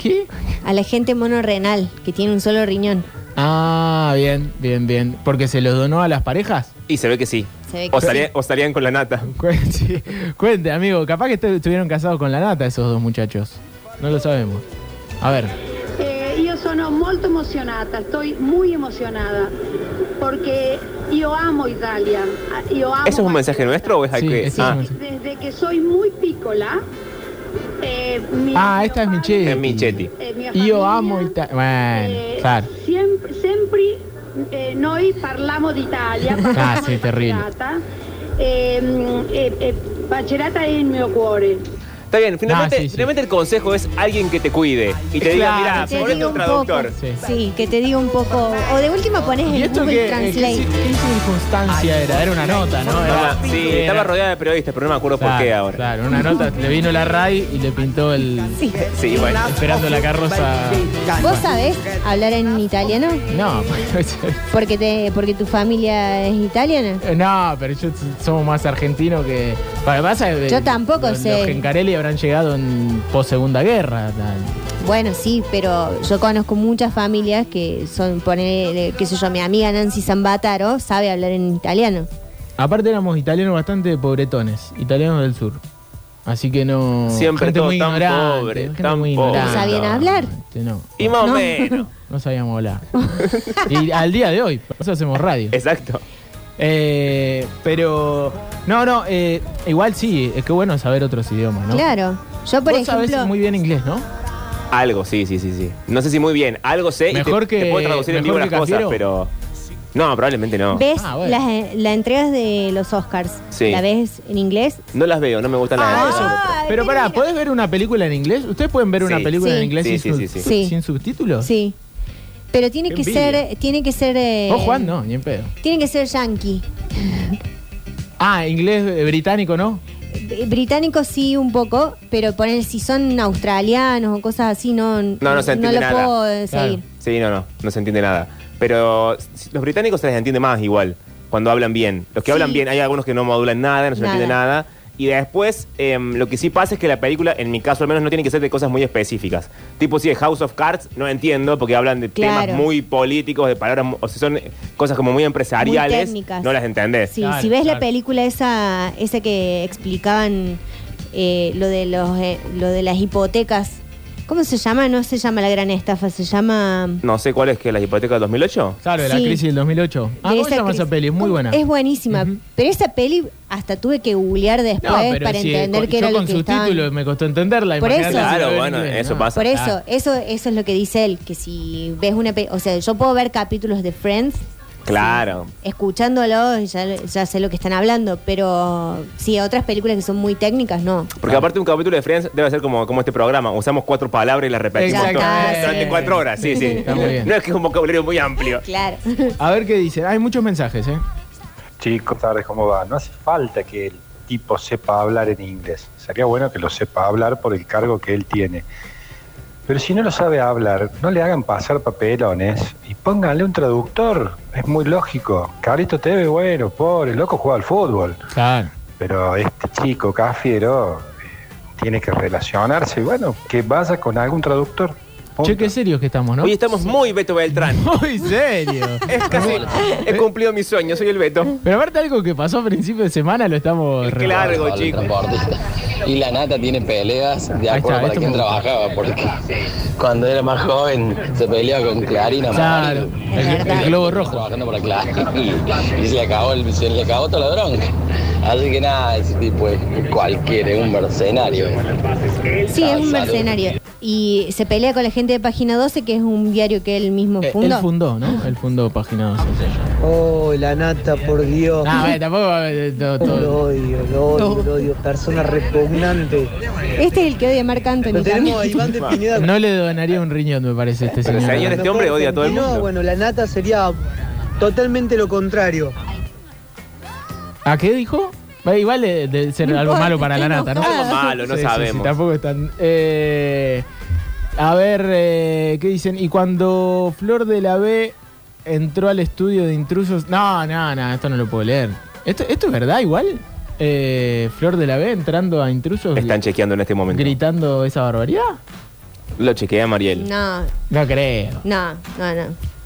A: ¿Qué?
B: A la gente monorrenal que tiene un solo riñón.
A: Ah, bien, bien, bien. Porque se los donó a las parejas.
C: Y se ve que sí.
B: Se ve que
C: O salían, o salían con la nata.
A: Cuen- sí. Cuente, amigo, capaz que estu- estuvieron casados con la nata esos dos muchachos. No lo sabemos. A ver,
J: Eh, io sono molto emozionata, sto molto emozionata perché io amo Italia. Io amo
C: ¿Eso es un mensaje nuestro o es
A: Sí,
C: algo que.?
A: ese es un
C: ah,
A: mensaje.
J: Desde que soy muy piccola. eh, mi
A: Ah,
J: mio
A: esta es
J: padre,
A: Michetti.
C: es Michetti.
J: eh, mia
A: Io
J: famiglia,
A: amo Italia. Bueno,
J: eh,
A: claro.
J: Sempre, sempre, eh, noi parliamo d'Italia. parliamo
A: Ah, sì,
J: di
A: terribile.
J: Baccerata, ehm, e, e Baccerata è il mio cuore.
C: Está bien, finalmente,
A: Ah, sí, sí.
C: finalmente el consejo es alguien que te cuide. Y te
A: Claro.
C: diga,
B: Que te
C: mira, ponete
B: diga
C: un
B: un poco.
C: traductor.
A: Sí.
B: Sí, que te diga un poco. O de última pones
A: ¿Y
B: el
A: esto
B: Google
A: qué, eh,
B: Translate.
A: qué, qué circunstancia era? Era una nota, ¿no? Era-
C: Estaba- sí, estaba rodeada de periodistas, pero no me acuerdo
A: Claro,
C: por qué ahora.
A: Claro, una nota, le vino la RAI y le pintó el.
B: Sí.
C: Sí, bueno.
A: Esperando la carroza.
B: ¿Vos sabés hablar en italiano?
A: No,
B: Porque te, porque tu familia es italiana.
A: no, pero yo somos más argentinos que. Lo que pasa es que
B: Yo tampoco
A: los,
B: sé.
A: Los Gencarelli habrán llegado en posegunda guerra. tal.
B: Bueno, sí, pero yo conozco muchas familias que son, poner, qué sé yo, mi amiga Nancy Zambataro sabe hablar en italiano.
A: Aparte éramos italianos bastante pobretones, italianos del sur. Así que no.
C: Siempre
A: gente
C: todo
A: muy
C: tan
A: ignorante,
C: pobre,
A: gente
C: tan
A: muy
C: pobre.
A: ignorante.
B: No sabían hablar.
A: Este, No,
C: Y más o
B: No.
C: menos.
A: no sabíamos hablar. y al día de hoy, por eso hacemos radio.
C: Exacto.
A: Eh, pero. No, no, eh, igual sí, es que bueno saber otros idiomas, ¿no?
B: Claro. Yo, por
A: Vos
B: ejemplo,
A: sabés muy bien inglés, ¿no?
C: Algo, sí, sí, sí, sí. No sé si muy bien. Algo sé y te-
A: Mejor
C: te,
A: que-
C: puedo traducir en vivo
A: mejor que
C: las cosas,
A: Cafiero.
C: pero. No, probablemente no.
B: ves
A: Ah, bueno.
B: las, las entregas de los Oscars.
C: Sí.
B: La ves en inglés.
C: No las veo, no me gustan las
B: Ah,
A: Pero, pará,
B: mira.
A: ¿podés ver una película en inglés? ¿Ustedes pueden ver una
C: Sí.
A: película en
B: Sí.
A: inglés
C: Sí,
A: sin,
C: sí,
A: sub-
C: sí, sí.
B: Sí.
A: sin subtítulos?
B: Sí. Pero tiene
A: Ah. Qué
B: que
A: envidia.
B: ser, tiene que ser. eh,
A: Vos, Juan, no, ni en pedo.
B: Tiene que ser yankee.
A: Ah, inglés eh, británico, ¿no?
B: Eh, Británico sí un poco, pero poner si son australianos o cosas así no
C: no se entiende
B: lo
C: nada.
B: puedo eh,
A: Claro.
B: seguir.
C: Sí, no, no, no se entiende nada. Pero s- los británicos se les entiende más igual, cuando hablan bien. Los que
B: Sí.
C: hablan bien, hay algunos que no modulan nada, no se les
B: Nada.
C: entiende nada. Y después, em, lo que sí pasa es que la película, en mi caso al menos, no tiene que ser de cosas muy específicas. Tipo, si es House of Cards, no entiendo, porque hablan de
B: Claro.
C: temas muy políticos, de palabras, mu- o sea, son eh, cosas como muy empresariales.
B: técnicas.
C: No las entendés.
B: Sí,
A: Claro,
B: si ves
A: claro.
B: la película esa, esa que explicaban eh, lo de los eh, lo de las hipotecas, ¿cómo se llama? No se llama la gran estafa, se
A: Ah,
B: llama
C: No sé cuál es que la hipoteca del 2008.
A: Claro, de la
B: Sí.
A: crisis del 2008. Ah,
B: de
A: ¿cómo se llama
B: actriz.
A: esa peli? Es muy buena.
B: Es buenísima,
A: Ujú.
B: pero esa peli hasta tuve que googlear después
A: No, pero
B: para
A: si,
B: entender
A: con-
B: que
A: yo
B: era lo
A: con
B: que estaban-
A: subtítulos me costó entenderla.
B: Por
A: imagínate si
B: eso.
A: la
C: Claro,
A: veo en
C: bueno,
A: inglés,
C: eso
A: ¿no?
C: pasa.
B: Por eso,
A: Ah.
B: eso, eso es lo que dice él, que si ves una peli, o sea, yo puedo ver capítulos de Friends
C: Claro.
B: escuchándolo ya, ya sé lo que están hablando, pero sí, otras películas que son muy técnicas, no.
C: Porque aparte un capítulo de Friends debe ser como, como este programa. Usamos cuatro palabras y las repetimos
B: Exacto.
C: todas
B: Ah,
C: durante
B: sí.
C: cuatro horas. Sí, sí.
A: Está muy bien.
C: No es que es un vocabulario muy amplio.
B: Claro.
A: A ver qué dicen. Hay muchos mensajes, ¿eh?
I: Chicos, tardes, ¿cómo va? No hace falta que el tipo sepa hablar en inglés. Sería bueno que lo sepa hablar por el cargo que él tiene. Pero si no lo sabe hablar, no le hagan pasar eh. papelones y pónganle un traductor. Es muy lógico. Carito TV, bueno, pobre, el loco juega al fútbol.
A: Claro.
I: Pero este chico, Cafiero, eh, tiene que relacionarse. Bueno, que vaya con algún traductor. Punto.
A: Che, qué serios que estamos, ¿no?
C: Hoy estamos muy Beto Beltrán.
A: Muy serio.
C: Es casi, he cumplido mi sueño, soy el Beto.
A: Pero aparte algo que pasó a principio de semana lo estamos...
C: Qué largo, chicos.
I: Y la nata tiene peleas de
A: Ahí está,
I: acuerdo para
A: esto
I: quién
A: me gusta.
I: trabajaba, porque cuando era más joven se peleaba con Clarina
A: Claro.
I: Marín,
A: El, el globo rojo.
I: trabajando para Clarín, y se le acabó, el, se le acabó toda la bronca. Así que nada, ese tipo es cualquiera, es un mercenario.
B: Sí, es un mercenario. Y se pelea con la gente de Página 12, que es un diario que él mismo
A: Eh,
B: fundó.
A: Él fundó, ¿no? Él fundó Página 12.
I: Oh, la nata, por Dios.
A: Ah, bueno, tampoco... va a haber todo- todo.
I: odio, lo
B: odio,
I: lo odio, persona repugnante.
B: este es el que odia a Marc Anthony. también.
I: Iván de Pineda
A: No le donaría un riñón, me parece, este
C: Pero
A: señor.
C: señor, este hombre odia a todo el mundo.
I: bueno, la nata sería
K: Totalmente lo contrario.
A: ¿A qué dijo? Va, Igual de- de ser
K: No
A: algo
K: importa,
A: malo para la
K: estoy
A: nata, ¿no?
K: enojada. Algo
C: malo, no sabemos.
A: tampoco están. Eh, a ver, eh, ¿qué dicen? Y cuando Flor de la B entró al estudio de intrusos. No, no, no, esto no lo puedo leer. ¿Esto, esto es verdad igual? Eh, Flor de la B entrando a intrusos.
C: Están chequeando en este momento.
A: gritando esa barbaridad.
C: Lo chequea Mariel.
B: No,
A: No creo.
B: no, no, no.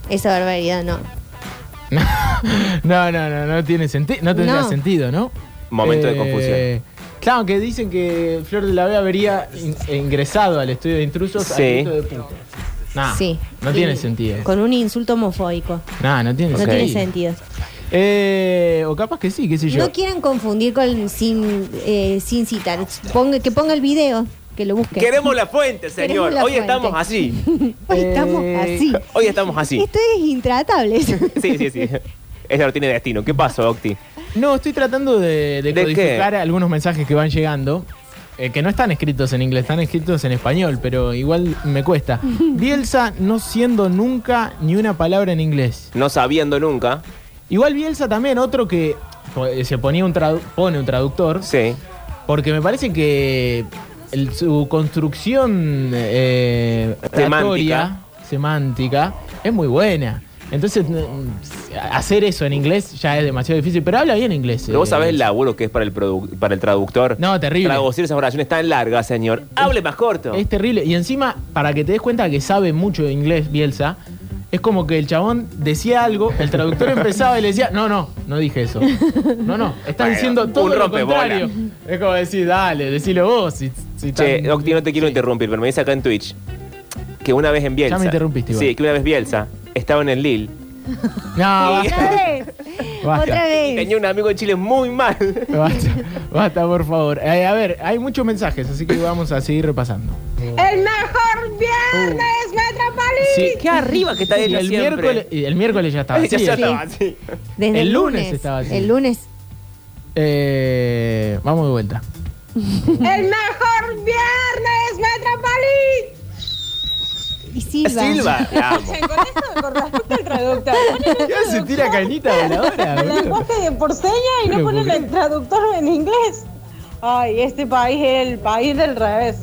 B: Esa barbaridad no.
A: No, no, no, no tiene sentido. No tendría
B: No.
A: sentido, ¿no? Eh,
C: Momento de confusión.
A: Claro, que dicen que Flor de la B habría in- ingresado al estudio de intrusos a
C: Sí.
A: grito de puta. Nah,
B: Sí.
A: Ah, No
B: Y
A: tiene sentido.
B: Con un insulto homofóbico.
A: Nah, no tiene
B: No
A: sentido.
B: tiene sentido.
A: Eh, o capaz que sí, qué sé yo.
B: No quieran confundir con sin, eh, sin citar. Ponga- que ponga el video, que lo busque.
C: Queremos la fuente, señor.
B: Queremos la
C: Hoy
B: fuente.
C: estamos así.
B: Hoy estamos
A: Eh,
B: así.
C: Hoy estamos así.
B: Esto es intratable.
C: Sí, sí, sí. Ella no tiene destino. ¿Qué pasó, Octi?
A: No, estoy tratando de, de
C: ¿De
A: codificar algunos mensajes que van llegando. eh, que no están escritos en inglés, están escritos en español, pero igual me cuesta. Bielsa no siendo nunca ni una palabra en inglés.
C: No sabiendo nunca.
A: Igual Bielsa también, otro que eh, se ponía un tradu- pone un traductor.
C: Sí.
A: Porque me parece que el- su construcción eh,
C: Semántica.
A: oratoria, semántica, es muy buena. Entonces, mm, hacer eso en inglés ya es demasiado difícil, pero habla bien inglés.
C: Pero vos
A: eh,
C: sabés el laburo que es para el, produ- para el traductor.
A: No, terrible.
C: Traducir esas oraciones tan largas, señor. Hable más corto.
A: Es terrible. Y encima, para que te des cuenta que sabe mucho de inglés, Bielsa, es como que el chabón decía algo, el traductor empezaba y le decía, no, no, no dije eso. No, no, estás
C: Bueno,
A: diciendo todo
C: un
A: lo
C: rompebola.
A: contrario. Es como decir, dale, decilo vos. Si, si
C: Che,
A: tan-
C: Octi, no te quiero interrumpir, pero me dice acá en Twitch que una vez en Bielsa.
A: me interrumpiste igual.
C: Sí, que una vez Bielsa estaba en el Lille.
A: No, basta,
B: Otra vez.
A: basta.
B: Otra
C: Y
B: vez.
C: tenía un amigo de Chile muy mal.
A: Basta, basta, por favor. Eh, a ver, hay muchos mensajes, así que vamos a seguir repasando.
J: El mejor viernes metropolitano.
A: Sí.
C: Qué arriba que está
A: Y
C: ella
A: el,
C: siempre.
A: miércoles, y el miércoles ya estaba.
C: Ya
A: así, ¿eh?
C: estaba así.
B: Desde
A: El lunes estaba así.
B: El lunes.
A: Eh, vamos de vuelta.
J: El mejor viernes metropolitano.
B: Y Silva.
C: Silva, la amo.
L: Che, con esto, con respecto al traductor, ponen
A: Ya se tira cañita voladora.
L: el
A: boludo.
L: lenguaje de porceña y no
A: Pero,
L: ponen
A: ¿por qué?
L: el traductor en inglés. Ay, este país es el país del revés.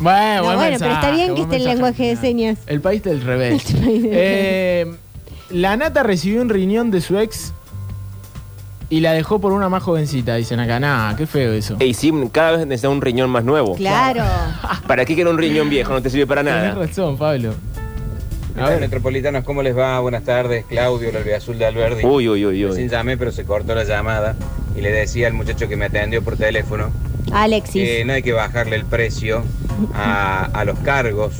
A: Bueno,
B: No,
A: buen
B: bueno, pero
A: mensaje,
B: está bien que
A: buen
B: esté el
A: mensaje.
B: lenguaje de señas.
A: El país del revés.
B: El país del
A: Eh, la nata recibió un riñón de su ex y la dejó por una más jovencita. Dicen acá, nada, qué feo eso.
C: Y sí, E cada vez necesita un riñón más nuevo.
B: Claro.
C: ¿Para qué quiere un riñón viejo? No te sirve para
A: Tienes
C: nada.
A: razón, Pablo. A
M: Hola,
A: ver.
M: Metropolitanos, ¿cómo les va? Buenas tardes, Claudio, la Azul de Alberdi.
C: Uy, uy, uy, uy.
M: Recién llamé, pero se cortó la llamada y le decía al muchacho que me atendió por teléfono
B: Alexis.
N: Eh,
M: que no hay que bajarle el precio a, a los cargos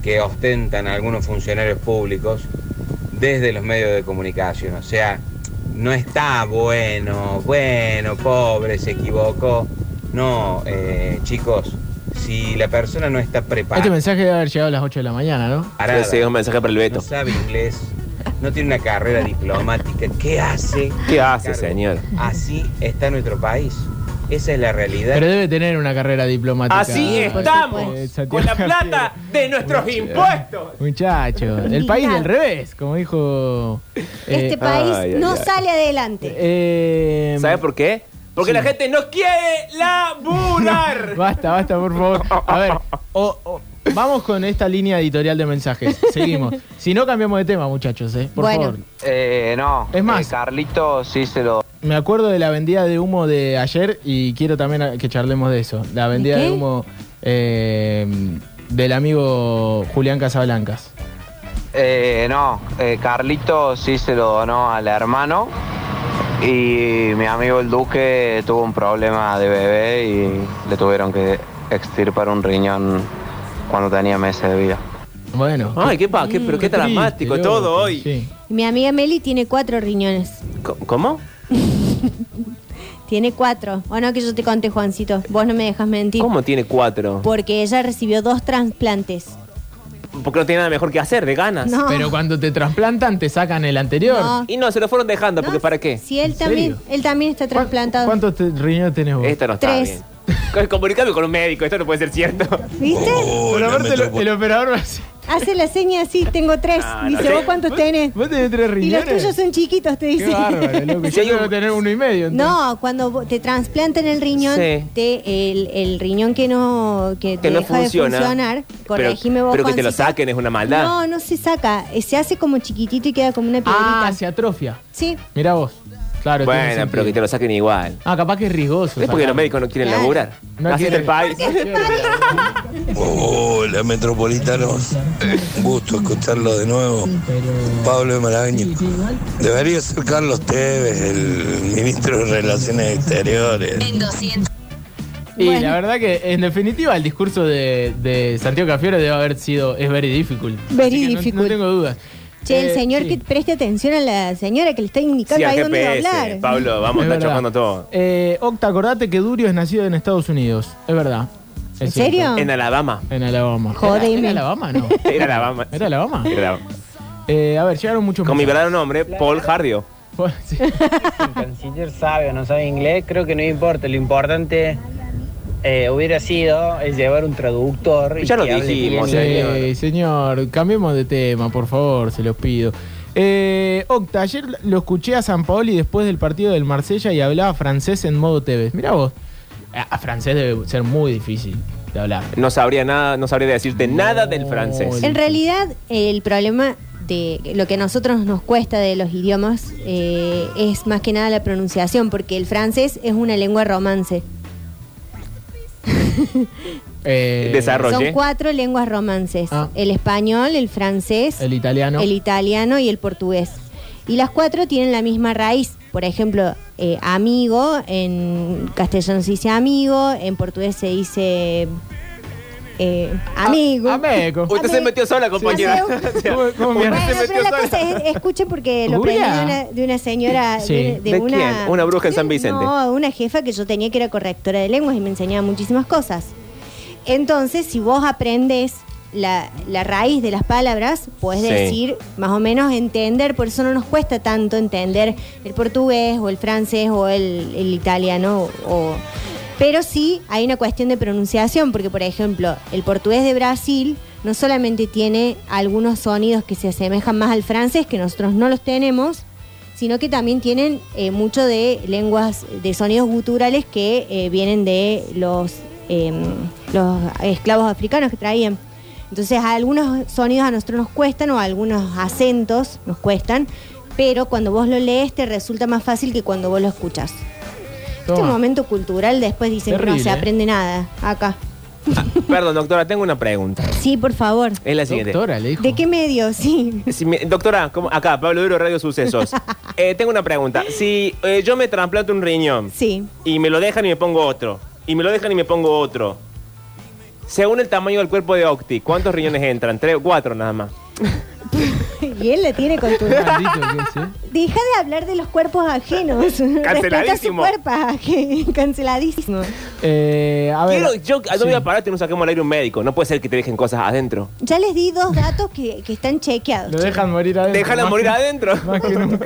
M: que ostentan algunos funcionarios públicos desde los medios de comunicación. O sea, no está bueno, bueno, pobre, se equivocó. No, eh, chicos, si la persona no está preparada...
A: Este mensaje debe haber llegado a las 8 de la mañana, ¿no?
M: Parada.
C: Ese es un mensaje para el Beto.
M: No sabe inglés, no tiene una carrera diplomática. ¿Qué hace?
C: ¿Qué hace,
M: Cargo.
C: señor?
M: Así está nuestro país. Esa es la realidad.
A: Pero debe tener una carrera diplomática.
C: Así
A: Eh,
C: estamos,
A: Santiago
C: con la
A: Cafiero.
C: plata de nuestros impuestos.
A: Muchachos, el país del revés, como dijo. eh,
B: Este país
C: ay,
B: no
C: ay.
B: sale adelante.
A: eh,
C: ¿Sabes por qué? Porque
A: Sí.
C: la gente no quiere laburar.
A: Basta, basta, por favor. A ver, o- o- vamos con esta línea editorial de mensajes. Seguimos. Si no, cambiamos de tema, muchachos, ¿eh? Por
B: Bueno.
A: favor.
O: Eh, no.
A: Es más.
O: Eh, Carlito sí se lo.
A: Me acuerdo de la vendida de humo de ayer y quiero también a- que charlemos de eso. La vendida
B: ¿De
A: de
B: qué?
A: humo eh, del amigo Julián Casablancas.
O: eh, no. Eh, Carlito sí se lo donó al hermano. Y mi amigo el Duque tuvo un problema de bebé y le tuvieron que extirpar un riñón cuando tenía meses de vida.
A: Bueno.
C: Ay, qué pa, qué, pero qué
A: triste,
C: dramático
A: loco,
C: todo hoy.
A: sí.
B: Mi amiga Meli tiene cuatro riñones.
C: Co- ¿Cómo?
B: Tiene cuatro. O no, que yo te conté, Juancito. Vos no me dejas mentir.
C: ¿Cómo tiene cuatro?
B: Porque ella recibió dos trasplantes.
C: Porque no tiene nada mejor que hacer, de ganas.
B: No.
A: Pero cuando te trasplantan, te sacan el anterior.
B: Ah. No.
C: Y no, se lo fueron dejando, porque
B: No,
C: ¿para qué?
B: Si él
A: ¿En
B: también,
A: serio?
B: él también está trasplantado.
A: ¿Cuántos te- riñones tenés vos?
C: Esto no está
B: Tres.
C: bien. Comunicame con un médico, esto no puede ser cierto.
B: ¿Viste?
A: Pero aparte, lo- el operador va a decir,
B: hace la seña así, tengo tres.
A: Ah,
B: dice,
A: no,
B: ¿vos cuántos tenés?
A: Vos tenés tres
B: Y los
A: riñones.
B: tuyos son chiquitos, te dice.
A: Qué bárbaro, loco. Yo quiero tener uno y medio. entonces.
B: No, cuando vo- te trasplantan el riñón,
C: Sí.
B: te- el, el riñón que no, que
C: Que
B: te
C: no
B: deja
C: funciona.
B: de funcionar,
C: Pero,
B: corregime vos,
C: pero que te lo
B: Juancito.
C: saquen es una maldad.
B: No, no se saca, eh, se hace como chiquitito y queda como una piedrita.
A: Ah, se atrofia.
B: Sí,
A: Mirá vos. Claro, tiene
C: bueno,
A: sentido.
C: pero que te lo saquen igual.
A: Ah, capaz que es riesgoso.
C: Es porque
A: sacarlo.
C: los médicos no quieren laburar.
A: No
C: Así es
A: quieren.
C: el país.
F: Hola, metropolitanos. Un gusto escucharlo de nuevo. Pablo de Maraño. Debería ser Carlos Tevez, el ministro de Relaciones Exteriores.
A: Y
F: Bueno.
A: la verdad que, en definitiva, el discurso de, de Santiago Cafiero debe haber sido es very difficult. Así
B: Very
A: que no- No,
B: difficult.
A: tengo dudas.
B: che, el
A: Eh,
B: señor que preste atención a la señora que le está indicando
C: Sí, al
B: ahí dónde
C: GPS,
B: hablar.
C: Pablo,
A: Es
C: vamos, está
A: verdad.
C: chocando todo.
A: eh, Octa, acordate que Durio es nacido en Estados Unidos. Es verdad. Es
B: ¿En
A: cierto.
B: serio?
C: En Alabama.
A: En Alabama. ¿Era, era
B: Jodeme.
A: Alabama? No.
C: Era Alabama.
A: ¿Era Alabama?
C: Era Alabama.
A: Eh, a ver, llegaron muchos
C: Con mi
A: mensajes.
C: verdadero nombre, Paul Hardio.
K: El canciller sabe o no sabe inglés, creo que no importa. Lo importante eh, hubiera sido el llevar un traductor. y
C: Ya lo
K: que hable
C: dijimos,
K: bien inglés.
A: Sí, señor, cambiemos de tema, por favor, se los pido. Eh, Octa, ayer lo escuché a San Paoli después del partido del Marsella y hablaba francés en modo TV. Mirá vos, a a francés debe ser muy difícil de hablar.
C: No sabría nada, no sabría decirte nada del francés.
B: En realidad, el problema de lo que a nosotros nos cuesta de los idiomas eh, es más que nada la pronunciación, porque el francés es una lengua romance.
A: Eh,
B: Son cuatro lenguas romances.
A: Ah.
B: El español, el francés,
A: El italiano.
B: el italiano y el portugués. Y las cuatro tienen la misma raíz. Por ejemplo, eh, amigo, en castellano se dice amigo, en portugués se dice eh,
C: Ah,
A: Ah,
B: amigo.
A: Amigo.
C: Usted se metió sola, compañera.
A: O sea, ¿Cómo- cómo me
C: usted
A: arre-
C: se
B: Bueno,
C: metió
B: pero la
C: sola.
B: cosa es, escuchen porque lo aprendí
C: ¿Julia?
B: de una, de una señora,
C: Sí.
B: de, de
C: ¿De
B: una,
C: quién? Una bruja en San Vicente.
B: No, una jefa que yo tenía que era correctora de lenguas y me enseñaba muchísimas cosas. Entonces, si vos aprendes la, la raíz de las palabras, puedes
P: Sí.
B: decir, más o menos entender, por eso no nos cuesta tanto entender el portugués o el francés o el, el italiano o... Pero sí hay una cuestión de pronunciación, porque por ejemplo, el portugués de Brasil no solamente tiene algunos sonidos que se asemejan más al francés, que nosotros no los tenemos, sino que también tienen eh, mucho de lenguas, de sonidos guturales que eh, vienen de los, eh, los esclavos africanos que traían. Entonces a algunos sonidos a nosotros nos cuestan o a algunos acentos nos cuestan, pero cuando vos lo lees te resulta más fácil que cuando vos lo escuchas. Este
C: Toma.
B: momento cultural después dicen que
C: Terrible,
B: no se
C: ¿eh?
B: aprende nada acá.
C: Perdón, doctora, tengo una pregunta.
B: Sí, por favor.
C: Es la siguiente. Doctora,
B: ¿De qué medio? Sí.
C: Si me- doctora, ¿cómo? acá, Pablo Duro, Radio Sucesos. Eh, tengo una pregunta. Si eh, yo me trasplanto un riñón
B: Sí.
C: y me lo dejan y me pongo otro, y me lo dejan y me pongo otro, según el tamaño del cuerpo de Octi, ¿cuántos riñones entran? ¿Tres o cuatro nada más?
B: Y él la tiene con tu. Deja de hablar de los cuerpos ajenos. Respeta su
C: Canceladísimo.
B: cuerpo aje- Canceladísimo.
A: Eh, a ver.
C: Quiero- yo no voy a parar que no saquemos al aire un médico. No puede ser que te dejen cosas adentro.
B: Ya les di dos datos que, que están chequeados.
A: Lo dejan morir adentro.
C: Déjala
A: Más
C: morir
A: que-
C: adentro.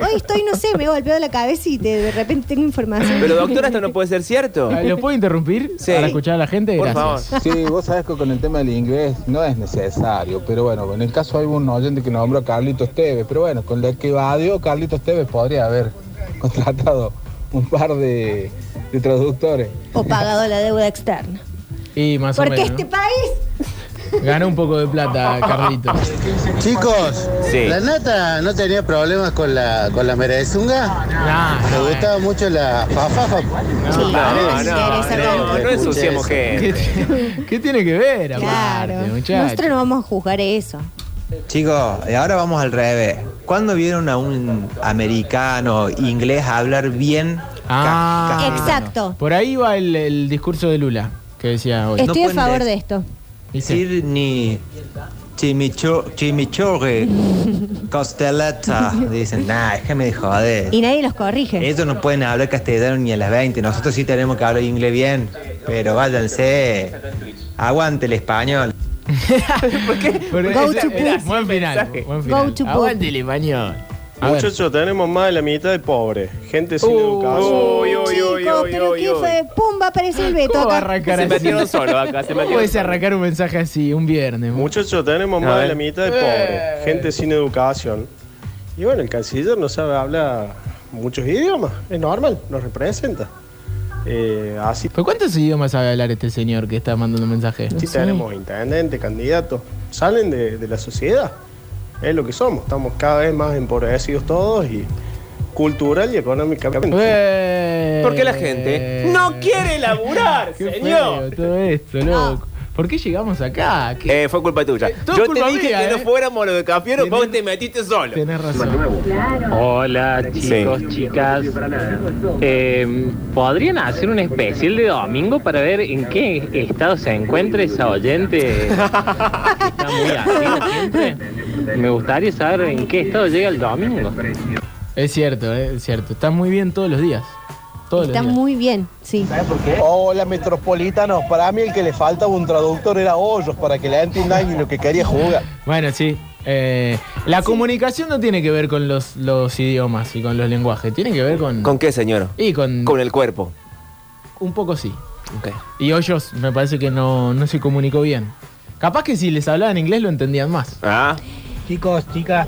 B: Hoy estoy, no sé, me he golpeado la cabeza y de, de repente tengo información.
C: Pero doctora, esto no puede ser cierto.
A: Ah, ¿Los puedo interrumpir para escuchar a la gente?
C: Por
A: Gracias.
Q: Sí, vos sabés que con el tema del inglés no es necesario, pero bueno, en el caso hay un oyente que nombró a Carlitos Tevez, pero bueno, con la que evadió Carlitos Tevez podría haber contratado un par de, de traductores.
B: O pagado la deuda externa.
A: Y más o
B: Porque
A: menos.
B: este país
A: Ganó un poco de plata, Carlitos.
R: Chicos,
A: Sí.
R: la nata no tenía problemas con la, con la merezunga. Me gustaba mucho la fafafa.
C: No, no, no, no, no ensuciemos
A: ¿Qué,
C: gente.
A: ti- qué tiene que ver, aparte, muchachos?
B: Nosotros no vamos a juzgar eso.
H: Chicos, y ahora vamos al revés. ¿Cuándo vieron a un americano inglés hablar bien? ca-
A: Ah,
H: castellano?
B: Exacto.
A: Por ahí va el, el discurso de Lula que decía
C: Pues
A: hoy.
B: Estoy a
H: pueden
B: favor
H: de-
B: de esto.
H: Decir ni chimichur- chimichurri, costeleta. Dicen, nah, déjame de joder.
B: Y nadie los corrige.
H: Ellos no pueden hablar castellano ni a las 20. Nosotros sí tenemos que hablar inglés bien. Pero váyanse. Aguante el español.
A: Pero
H: Este, Go
A: ese-
H: to
A: era-
H: poop.
A: Buen final. Buen final.
H: Go to poop.
A: Aguante el español. A ver.
S: Muchachos,
C: Uh,
S: tenemos más de la mitad de pobres, gente sin educación.
B: Chicos, pero ¿qué fue? ¡Pum! va a aparecer el Beto
A: ¿Cómo va a
B: acá.
A: arrancar
C: Se
A: así?
C: metieron solo acá, se
A: ¿Cómo
C: metieron
A: podés
C: solo.
A: arrancar un mensaje así un viernes?
P: Muchachos, tenemos
A: A
P: más de
A: ver.
P: la mitad de
A: Eh.
P: pobres, gente sin educación. Y bueno, el canciller no sabe hablar muchos idiomas, es normal, nos representa. Eh, así
A: ¿Pero cuántos idiomas sabe hablar este señor que está mandando mensaje?
P: sí tenemos intendente, candidatos, salen de, de la sociedad, es lo que somos, estamos cada vez más empobrecidos todos y cultural y económicamente.
C: Porque la gente no quiere laburar,
A: Eh. Qué
C: señor.
A: feo todo esto, loco. ¿Por qué llegamos acá? ¿Qué-
C: Eh, fue culpa tuya.
A: todo
C: Yo te
A: culpa
C: dije
A: mía,
C: que
A: eh.
C: no fuéramos los de Cafiero, vos te metiste solo.
A: Tenés razón.
S: Hola chicos, chicas. Eh, ¿Podrían hacer un especial de domingo para ver en qué estado se encuentra esa oyente? Está muy activa siempre. Me gustaría saber en qué estado llega el domingo.
A: Es cierto, eh, es cierto. Está muy bien todos los días. Todos
B: Está
A: los días.
B: muy bien, sí.
Q: Hola, metropolitanos. Para mí el que le faltaba un traductor era Hoyos para que le entiendan lo que quería jugar.
A: Bueno, sí. eh, la comunicación no tiene que ver con los, los idiomas y con los lenguajes. Tiene que ver con.
C: ¿Con qué, señor?
A: Y con.
C: Con el cuerpo.
A: Un poco sí. Y Hoyos me parece que no, no se comunicó bien. Capaz que si les hablaba en inglés lo entendían más.
C: Ah.
T: Chicos, chicas,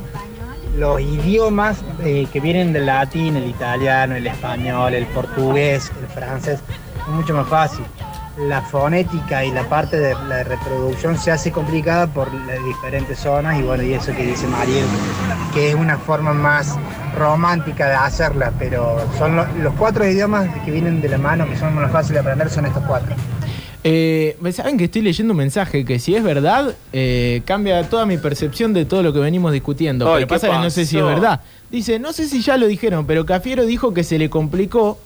T: los idiomas eh, que vienen del latín, el italiano, el español, el portugués, el francés, es mucho más fácil. La fonética y la parte de la reproducción se hace complicada por las diferentes zonas y bueno, y eso que dice Mariel, que es una forma más romántica de hacerla, pero son lo- los cuatro idiomas que vienen de la mano, que son más fáciles de aprender, son estos cuatro.
A: Eh, Saben que estoy leyendo un mensaje que si es verdad, eh, cambia toda mi percepción de todo lo que venimos discutiendo.
C: Ay,
A: pero
C: ¿qué
A: pasa que no sé si es
C: pasó?
A: verdad. Dice, no sé si ya lo dijeron, pero Cafiero dijo que se le complicó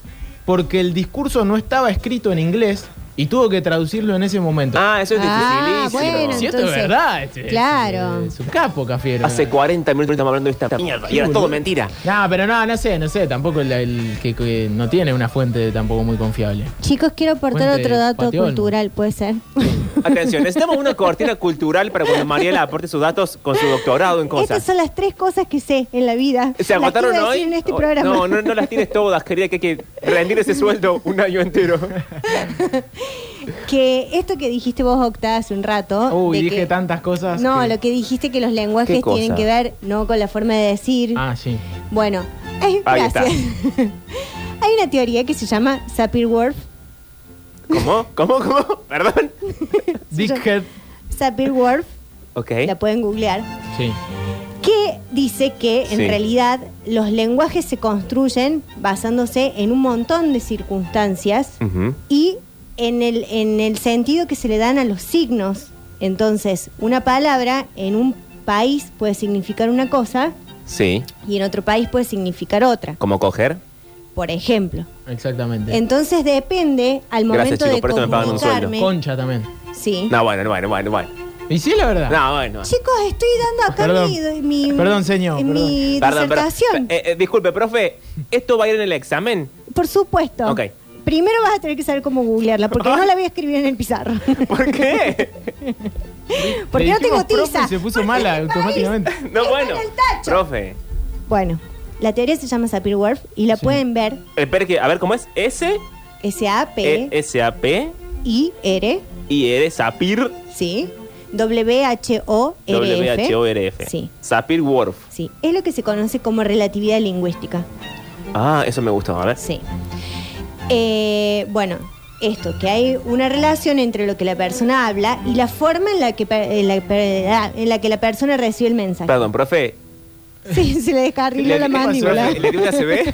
A: porque el discurso no estaba escrito en inglés y tuvo que traducirlo en ese momento.
C: Ah, eso es
B: Ah,
C: dificilísimo.
B: bueno,
A: Si esto es
B: entonces-
A: verdad, este-
B: Claro.
A: Es un capo, Cafiero.
C: Hace 40 minutos estamos hablando de esta mierda y era todo
A: boludo.
C: mentira.
A: No, pero no, no sé, no sé. Tampoco el, el que, que no tiene una fuente tampoco muy confiable.
B: Chicos, quiero aportar
A: Fuente
B: otro dato
A: Patión.
B: cultural, ¿puede ser?
C: Atención, necesitamos una cortina cultural para cuando Mariela aporte sus datos con su doctorado en
B: Estas
C: cosas.
B: son las tres cosas que sé en la vida.
C: ¿Se
B: Las
C: agotaron
B: quiero
C: hoy?
B: decir en este
C: Oh,
B: programa.
C: No, no, no las tienes todas, querida, que hay que rendir ese sueldo un año entero.
B: Que esto que dijiste vos, Octa, hace un rato.
A: Uy,
B: de
A: dije
B: que-
A: tantas cosas.
B: No,
A: que-
B: lo que dijiste que los lenguajes
A: ¿Qué cosa?
B: tienen que ver no con la forma de decir.
A: Ah, sí.
B: Bueno, eh,
A: Ahí
B: gracias. Hay una teoría que se llama Sapir-Whorf.
C: ¿Cómo? ¿Cómo? ¿Cómo? ¿Perdón?
A: Dickhead.
B: Sapir-Whorf,
C: Ok.
B: la pueden googlear.
A: Sí.
B: que dice que en
C: Sí.
B: realidad los lenguajes se construyen basándose en un montón de circunstancias y en el, en el sentido que se le dan a los signos. Entonces, una palabra en un país puede significar una cosa
C: Sí.
B: y en otro país puede significar otra,
C: ¿Cómo coger?
B: por ejemplo.
A: Exactamente.
B: Entonces depende al momento
C: Gracias, chicos,
B: de
C: por esto me pagan un sueldo.
B: comunicarme.
A: Concha también.
B: Sí.
C: No, bueno, bueno, bueno, bueno.
A: ¿Y sí es la verdad?
C: No, bueno.
B: Chicos, estoy dando acá
C: Perdón.
B: mi, mi-
A: Perdón, señor,
B: mi
C: Perdón, perdón.
B: disertación.
C: Eh, eh, disculpe, profe, ¿esto va a ir en el examen?
B: Por supuesto.
C: Ok.
B: Primero vas a tener que saber cómo googlearla, porque no la voy a escribir en el pizarro.
C: ¿Por qué?
B: Porque
A: Le
B: no tengo
A: dijimos, profe,
B: tiza.
A: y Se puso mala automáticamente.
C: No, bueno. Profe,
B: Bueno, la teoría se llama Sapir-Whorf y la pueden ver
C: espere que, a ver, ¿cómo es? S, E,
B: S-A-P-I-R,
C: S, A, P, I, R, Sapir,
B: ¿sí? W-H-O-R-F.
C: W, H, O,
A: E.
C: R, F.
B: E, Sí.
C: Sapir Whorf.
B: Sí, es lo que se conoce como relatividad lingüística.
C: Ah, eso me gustó, a ver.
B: Sí. Eh, bueno, esto, que hay una relación entre lo que la persona habla y la forma en la que, pe- en la pe- en la que la persona recibe el mensaje.
C: Perdón, profe.
B: Sí, se le descarriló
C: ¿Le-
B: la
C: qué pasó?
B: mandíbula.
C: ¿Le, le dio una CB?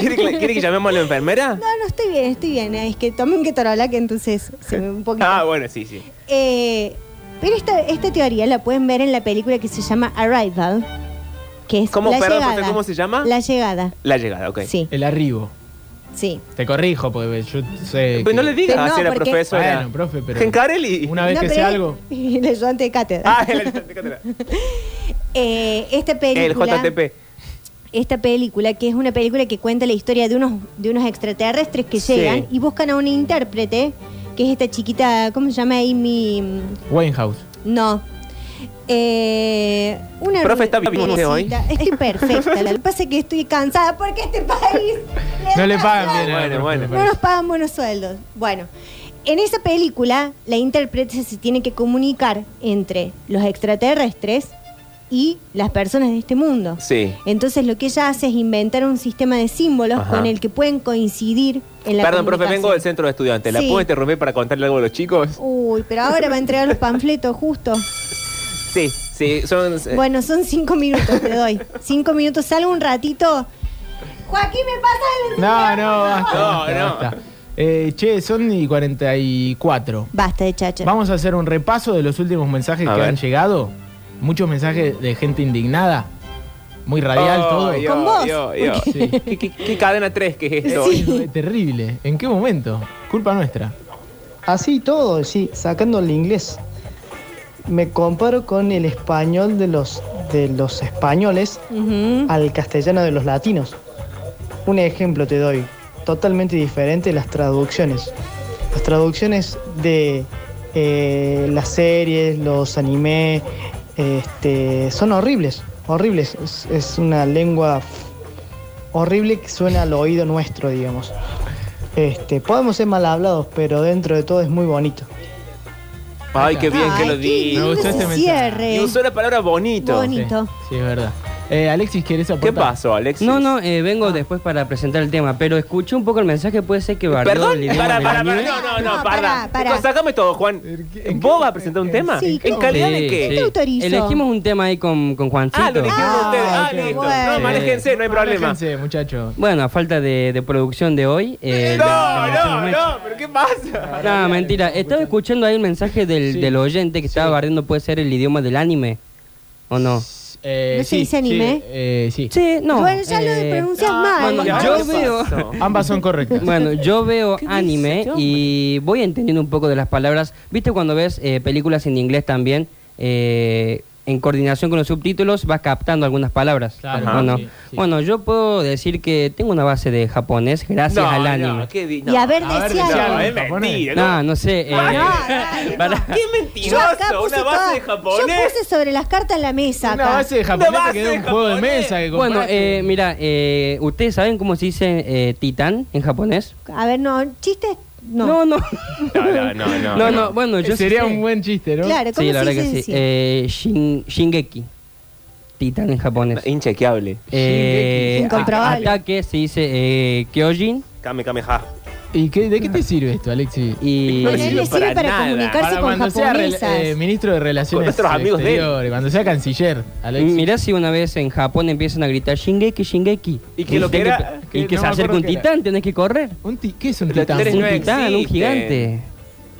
C: ¿Quiere, que, la- quiere que llamemos a la enfermera?
B: No, no estoy bien, estoy bien. Es que tomen que que entonces se me un poquito.
C: Ah, bueno, sí, sí.
B: Eh, pero esta, esta teoría la pueden ver en la película que se llama Arrival, que es
C: ¿Cómo,
B: la
C: perdón,
B: llegada.
C: profe, cómo se llama?
B: La llegada,
C: La llegada, ok.
B: Sí.
A: El arribo.
B: sí.
A: Te corrijo, porque yo sé.
C: Pero no le digas
B: Pero no,
C: así a la
B: porque-
C: profesora.
A: Bueno, profe, pero.
C: Gencarelli.
A: Una vez
B: No,
A: que
B: pero
A: sea
B: es
A: algo.
B: El ayudante de cátedra.
C: Ah, el ayudante de cátedra.
B: Eh, esta
C: El
B: película,
C: JTP.
B: esta película, que es una película que cuenta la historia de unos, de unos extraterrestres que
C: Sí.
B: llegan y buscan a un intérprete, que es esta chiquita, ¿cómo se llama? Amy...
A: Winehouse.
B: No. Eh, una
C: Profe, ¿está bien
B: rulecita.
C: usted hoy?
B: Estoy perfecta. Lo que pasa es que estoy cansada porque este país
A: No le pagan bien.
C: Bueno, bueno.
B: no nos pagan buenos sueldos. Bueno, en esa película la intérprete se tiene que comunicar entre los extraterrestres y las personas de este mundo.
C: Sí.
B: Entonces lo que ella hace es inventar un sistema de símbolos
C: Ajá.
B: con el que pueden coincidir en la
C: Perdón, profe,
B: comunicación.
C: vengo del centro de estudiantes. ¿La
B: Sí.
C: puedo interrumpir para contarle algo a los chicos?
B: Uy, pero ahora va a entregar los panfletos justo.
C: Sí, sí, son. eh,
B: Bueno, son cinco minutos, te doy. Cinco minutos, salgo un ratito. Joaquín, me pasa el...
A: No, no, basta.
C: No,
A: basta,
C: no.
A: basta. Eh, che, son y 44.
B: Basta de chacha.
A: Vamos a hacer un repaso de los últimos mensajes
C: A
A: que
C: ver.
A: han llegado. Muchos mensajes de gente indignada. Muy radial
C: oh,
A: todo.
C: yo, yo, yo.
A: Sí.
C: ¿Qué, qué- qué cadena 3 que es esto?
A: Es terrible. ¿En qué momento? Culpa nuestra.
U: Así todo, sí, sacando el inglés. Me comparo con el español de los, de los españoles al castellano de los latinos. Un ejemplo te doy, totalmente diferente las traducciones. Las traducciones de eh, las series, los animes, este, son horribles, horribles. Es, es una lengua horrible que suena al oído nuestro, digamos. Este, podemos ser mal hablados, pero dentro de todo es muy bonito.
C: Ay, qué bien que lo di.
A: Me gustó este
C: Y usó la palabra bonito.
B: Bonito.
A: Sí, es verdad. Eh, Alexis, ¿quieres aportar?
C: ¿Qué pasó, Alexis?
N: No, no, eh, vengo después para presentar el tema, pero escuché un poco el mensaje, puede ser que bardeó
C: Perdón,
N: el idioma
C: para,
N: del
C: para, para,
N: anime.
C: no, no, no,
B: No,
C: para.
B: para, para.
C: Chicos, Sácame todo, Juan. ¿Vos vas a presentar un tema?
B: Sí,
C: ¿En
B: ¿cómo?
C: calidad de
N: Sí,
C: qué?
N: sí. Elegimos un tema ahí con, con Juancito.
C: Ah, lo eligieron ustedes. Ah, listo. No,
N: Sí.
C: manéjense, no hay problema.
A: Manéjense, muchachos.
N: Bueno, a falta de, de producción de hoy. eh, le- le
C: No,
N: metemos
C: no,
N: mecha.
C: no, pero ¿qué pasa?
N: No, mentira. Estaba escuchando ahí el mensaje del, del oyente que estaba barriendo, puede ser el idioma del anime. ¿O no?
A: Eh,
B: ¿No se dice anime?
A: Sí, eh, sí.
N: Sí, no.
B: Bueno, ya
N: eh,
B: lo pronuncias mal.
N: Bueno, yo veo.
A: Ambas son correctas.
N: Bueno, yo veo anime y voy entendiendo un poco de las palabras. ¿Viste cuando ves eh, películas en inglés también? eh, en coordinación con los subtítulos vas captando algunas palabras. Claro, ¿o no? sí, sí. Bueno, yo puedo decir que tengo una base de japonés gracias
C: No,
N: al
C: no,
N: anime.
C: ¿qué di-
B: Y a ver, decía
C: decía
B: algo.
C: No, es mentira.
N: No, no sé.
C: Ah,
N: eh, para-
C: ¡Qué
B: Yo acá
C: mentiroso!
B: puse
C: Una base de
B: todas- Yo
C: japonés.
B: puse sobre las cartas la mesa.
A: Una
B: acá.
A: base de japonés te quedó un juego de mesa que
N: Bueno,
A: compraste.
N: eh, mira, eh, ¿ustedes saben cómo se dice eh, titán en japonés?
B: A ver, no, chistes.
N: no.
B: No,
N: no.
C: No, no, no.
N: No, no, bueno, yo
A: Sería
N: sí sé.
A: un buen chiste, ¿no?
B: Claro, ¿cómo
N: Sí, la
B: se
N: verdad
B: dice
N: que sí. Eh, Shin- Shingeki. Titán en japonés.
C: Inchequeable.
A: ah,
N: Eh,
B: Incomprobable.
N: a- Ataque se dice eh, Kyojin.
C: Kame, kame, ja.
A: ¿Y qué, de qué te sirve esto, Alexis?
N: Y
B: Pero él le sirve para
C: nada.
B: comunicarse
A: Para
B: con
A: cuando sea rel-
B: japonesas.
A: eh, ministro de Relaciones
C: nuestros amigos de él.
A: Exteriores, cuando sea canciller, Alexis.
N: mirá si una vez en Japón empiezan a gritar Shingeki, Shingeki.
C: Y que lo que
N: tenés
C: era-
N: y
A: que
N: que
A: no
N: se
A: me
N: acerca
A: acuerdo
N: un
A: qué era.
N: titán, tenés que correr.
A: Un ti- ¿Qué es un
C: Los
A: titán?
C: tres
N: un
C: no
N: titán, un
C: existen.
N: gigante.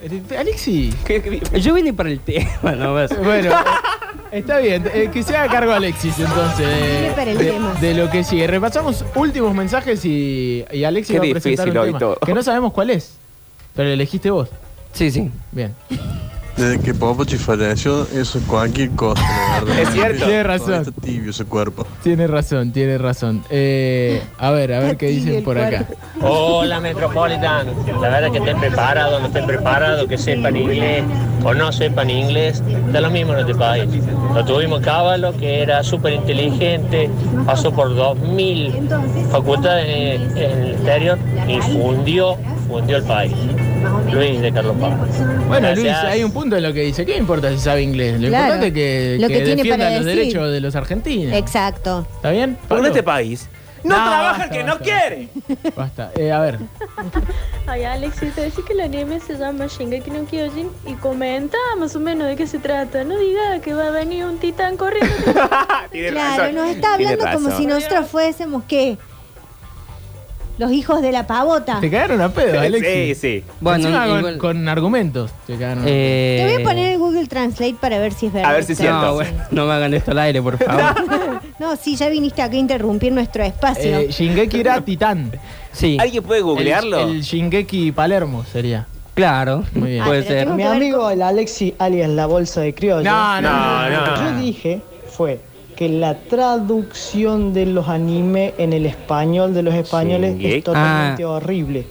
A: Eh, Alexis.
C: ¿Qué- qué-
N: Yo vine para el tema, no vas.
A: Bueno, eh, está bien. eh, que se haga cargo Alexis, entonces. de-
B: Viene para el
A: de,
B: tema.
A: de lo que sigue. Repasamos últimos mensajes y, y Alexis
C: Qué
A: va a presentar
C: difícil
A: un
C: hoy
A: tema,
C: todo.
A: Que no sabemos cuál es, pero elegiste vos.
N: Sí, sí.
A: Bien.
V: Desde que Popochi falleció, eso es cualquier cosa, la verdad.
A: Es cierto. Tiene razón.
V: Está tibio su cuerpo.
A: Tiene razón, tiene razón. Eh, a ver, a ver qué dicen por acá.
G: Hola Metropolitan, la verdad que estén preparados, no estén preparados, que sepan inglés o no sepan inglés, da lo mismo en este país. Lo tuvimos Cábalo, que era súper inteligente, pasó por 2.000 facultades en, en el exterior eh, y fundió, fundió el país. Luis de Carlos Paz.
A: Bueno, Luis,
G: Gracias.
A: hay un punto en lo que dice. ¿Qué importa si sabe inglés? Lo
B: Claro.
A: importante es que,
B: Lo que tiene
A: defienda
B: para
A: los
B: decir.
A: derechos de los argentinos.
B: Exacto.
A: ¿Está bien?
C: Porque en
A: Pablo?
C: este país no,
A: No,
C: trabaja el
A: basta,
C: que no
A: basta.
C: quiere.
A: Basta. Eh, a ver.
W: Ay, Alexis, te decís que el anime se llama Shingeki no Kyojin y comenta más o menos de qué se trata. No diga que va a venir un titán corriendo.
C: Ah, Tiene
B: Claro,
C: razón,
B: nos está
C: tiene
B: hablando como
C: razón.
B: si nosotros fuésemos qué? Los hijos de la pavota.
A: Te cagaron a pedo, Alexis.
C: Sí, sí.
N: Bueno,
A: Encima con-
N: igual-
A: con, argumentos. Te cagaron a pedo.
B: Te
N: Eh,
B: voy a poner el Google Translate para ver si es verdad.
C: A ver si es
N: No,
C: cierto.
N: bueno, no me hagan esto al aire, por favor.
B: No, sí, ya viniste acá a interrumpir nuestro espacio.
A: Eh, Shingeki era titán.
N: Sí,
C: ¿Alguien puede googlearlo?
A: El, el Shingeki Palermo sería.
N: claro.
A: Muy bien.
N: Puede
B: Ah, pero
N: ser.
B: tengo
U: Mi amigo el Alexi alias la bolsa de criollo.
A: No, no,
C: no,
U: Lo
C: no.
U: que yo dije fue que la traducción de los animes en el español de los españoles
C: Shingeki.
U: es totalmente
N: Ah.
U: horrible.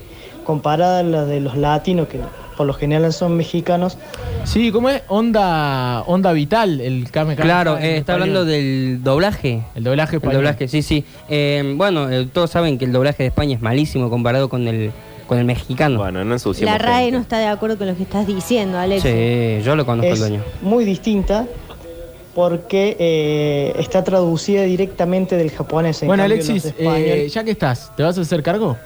U: Comparada a la de los latinos que por lo general son mexicanos.
A: Sí, ¿cómo es? Onda, onda vital, el Kame Kame
N: Claro,
A: Kame
N: eh,
A: en
N: está
A: español.
N: hablando del doblaje.
A: El
N: El
A: doblaje español.
N: doblaje, sí, sí. Eh, bueno, eh, todos saben que el doblaje de España es malísimo comparado con el, con el mexicano.
C: Bueno, no
B: La RAE no está de acuerdo con lo que estás diciendo, Alex.
N: Sí, yo lo conozco
U: es
N: al dueño.
U: muy distinta porque eh, está traducida directamente del japonés. En
A: Bueno,
U: cambio, los
A: Alexis,
U: español-
A: eh, ya que estás, ¿te vas a hacer cargo?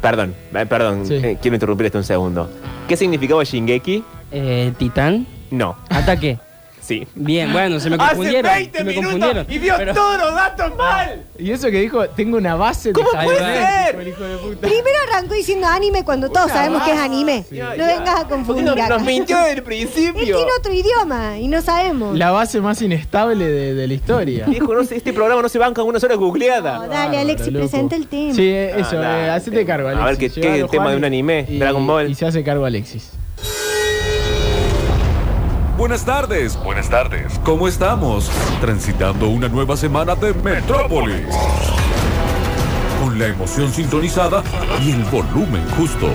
C: Perdón, eh, perdón, eh, quiero interrumpir esto un segundo. ¿Qué significaba Shingeki?
N: Eh, ¿Titán?
C: No.
N: ¿Ataque?
C: Sí.
N: Bien, bueno, se me
C: Hace
N: confundieron.
C: 20
N: se me
C: minutos
N: confundieron.
C: y dio
N: Pero-
C: todos los datos mal.
A: Y eso que dijo, tengo una base ¿Cómo
N: puede ser?
B: Primero arrancó diciendo anime cuando todos sabemos que es anime. No vengas a confundir
C: Nos-
B: acá.
C: nos mintió desde el
B: Es
C: principio.
B: que en otro idioma y no sabemos.
A: La base más inestable de, de la historia.
C: Viejo, no sé, este programa no se banca una sola googleada.
B: Dale, Alexis,
A: loco.
B: presenta el tema.
A: Sí, eh, eso,
C: Ah,
A: eh,
C: nah,
A: hacete cargo, Alexis.
C: A ver, ¿qué, qué es
A: Llévalo,
C: el tema
A: Juan,
C: de un anime?
A: y-
C: Dragon Ball.
A: Y se hace cargo Alexis.
X: Buenas tardes, buenas tardes. ¿Cómo estamos? Transitando una nueva semana de Metrópolis. Con la emoción sintonizada y el volumen justo.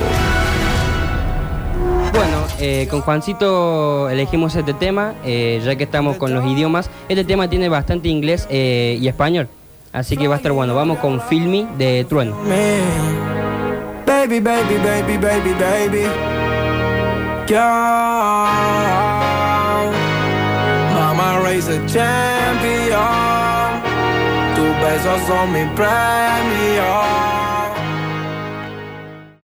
N: Bueno, eh, con Juancito elegimos este tema, eh, ya que estamos con los idiomas. Este tema tiene bastante inglés eh, y español, así que va a estar bueno. Vamos con Filmy de Trueno.
F: Baby, baby, baby, baby, baby. Girl, mama raise a champion. Tus besos son mi premio.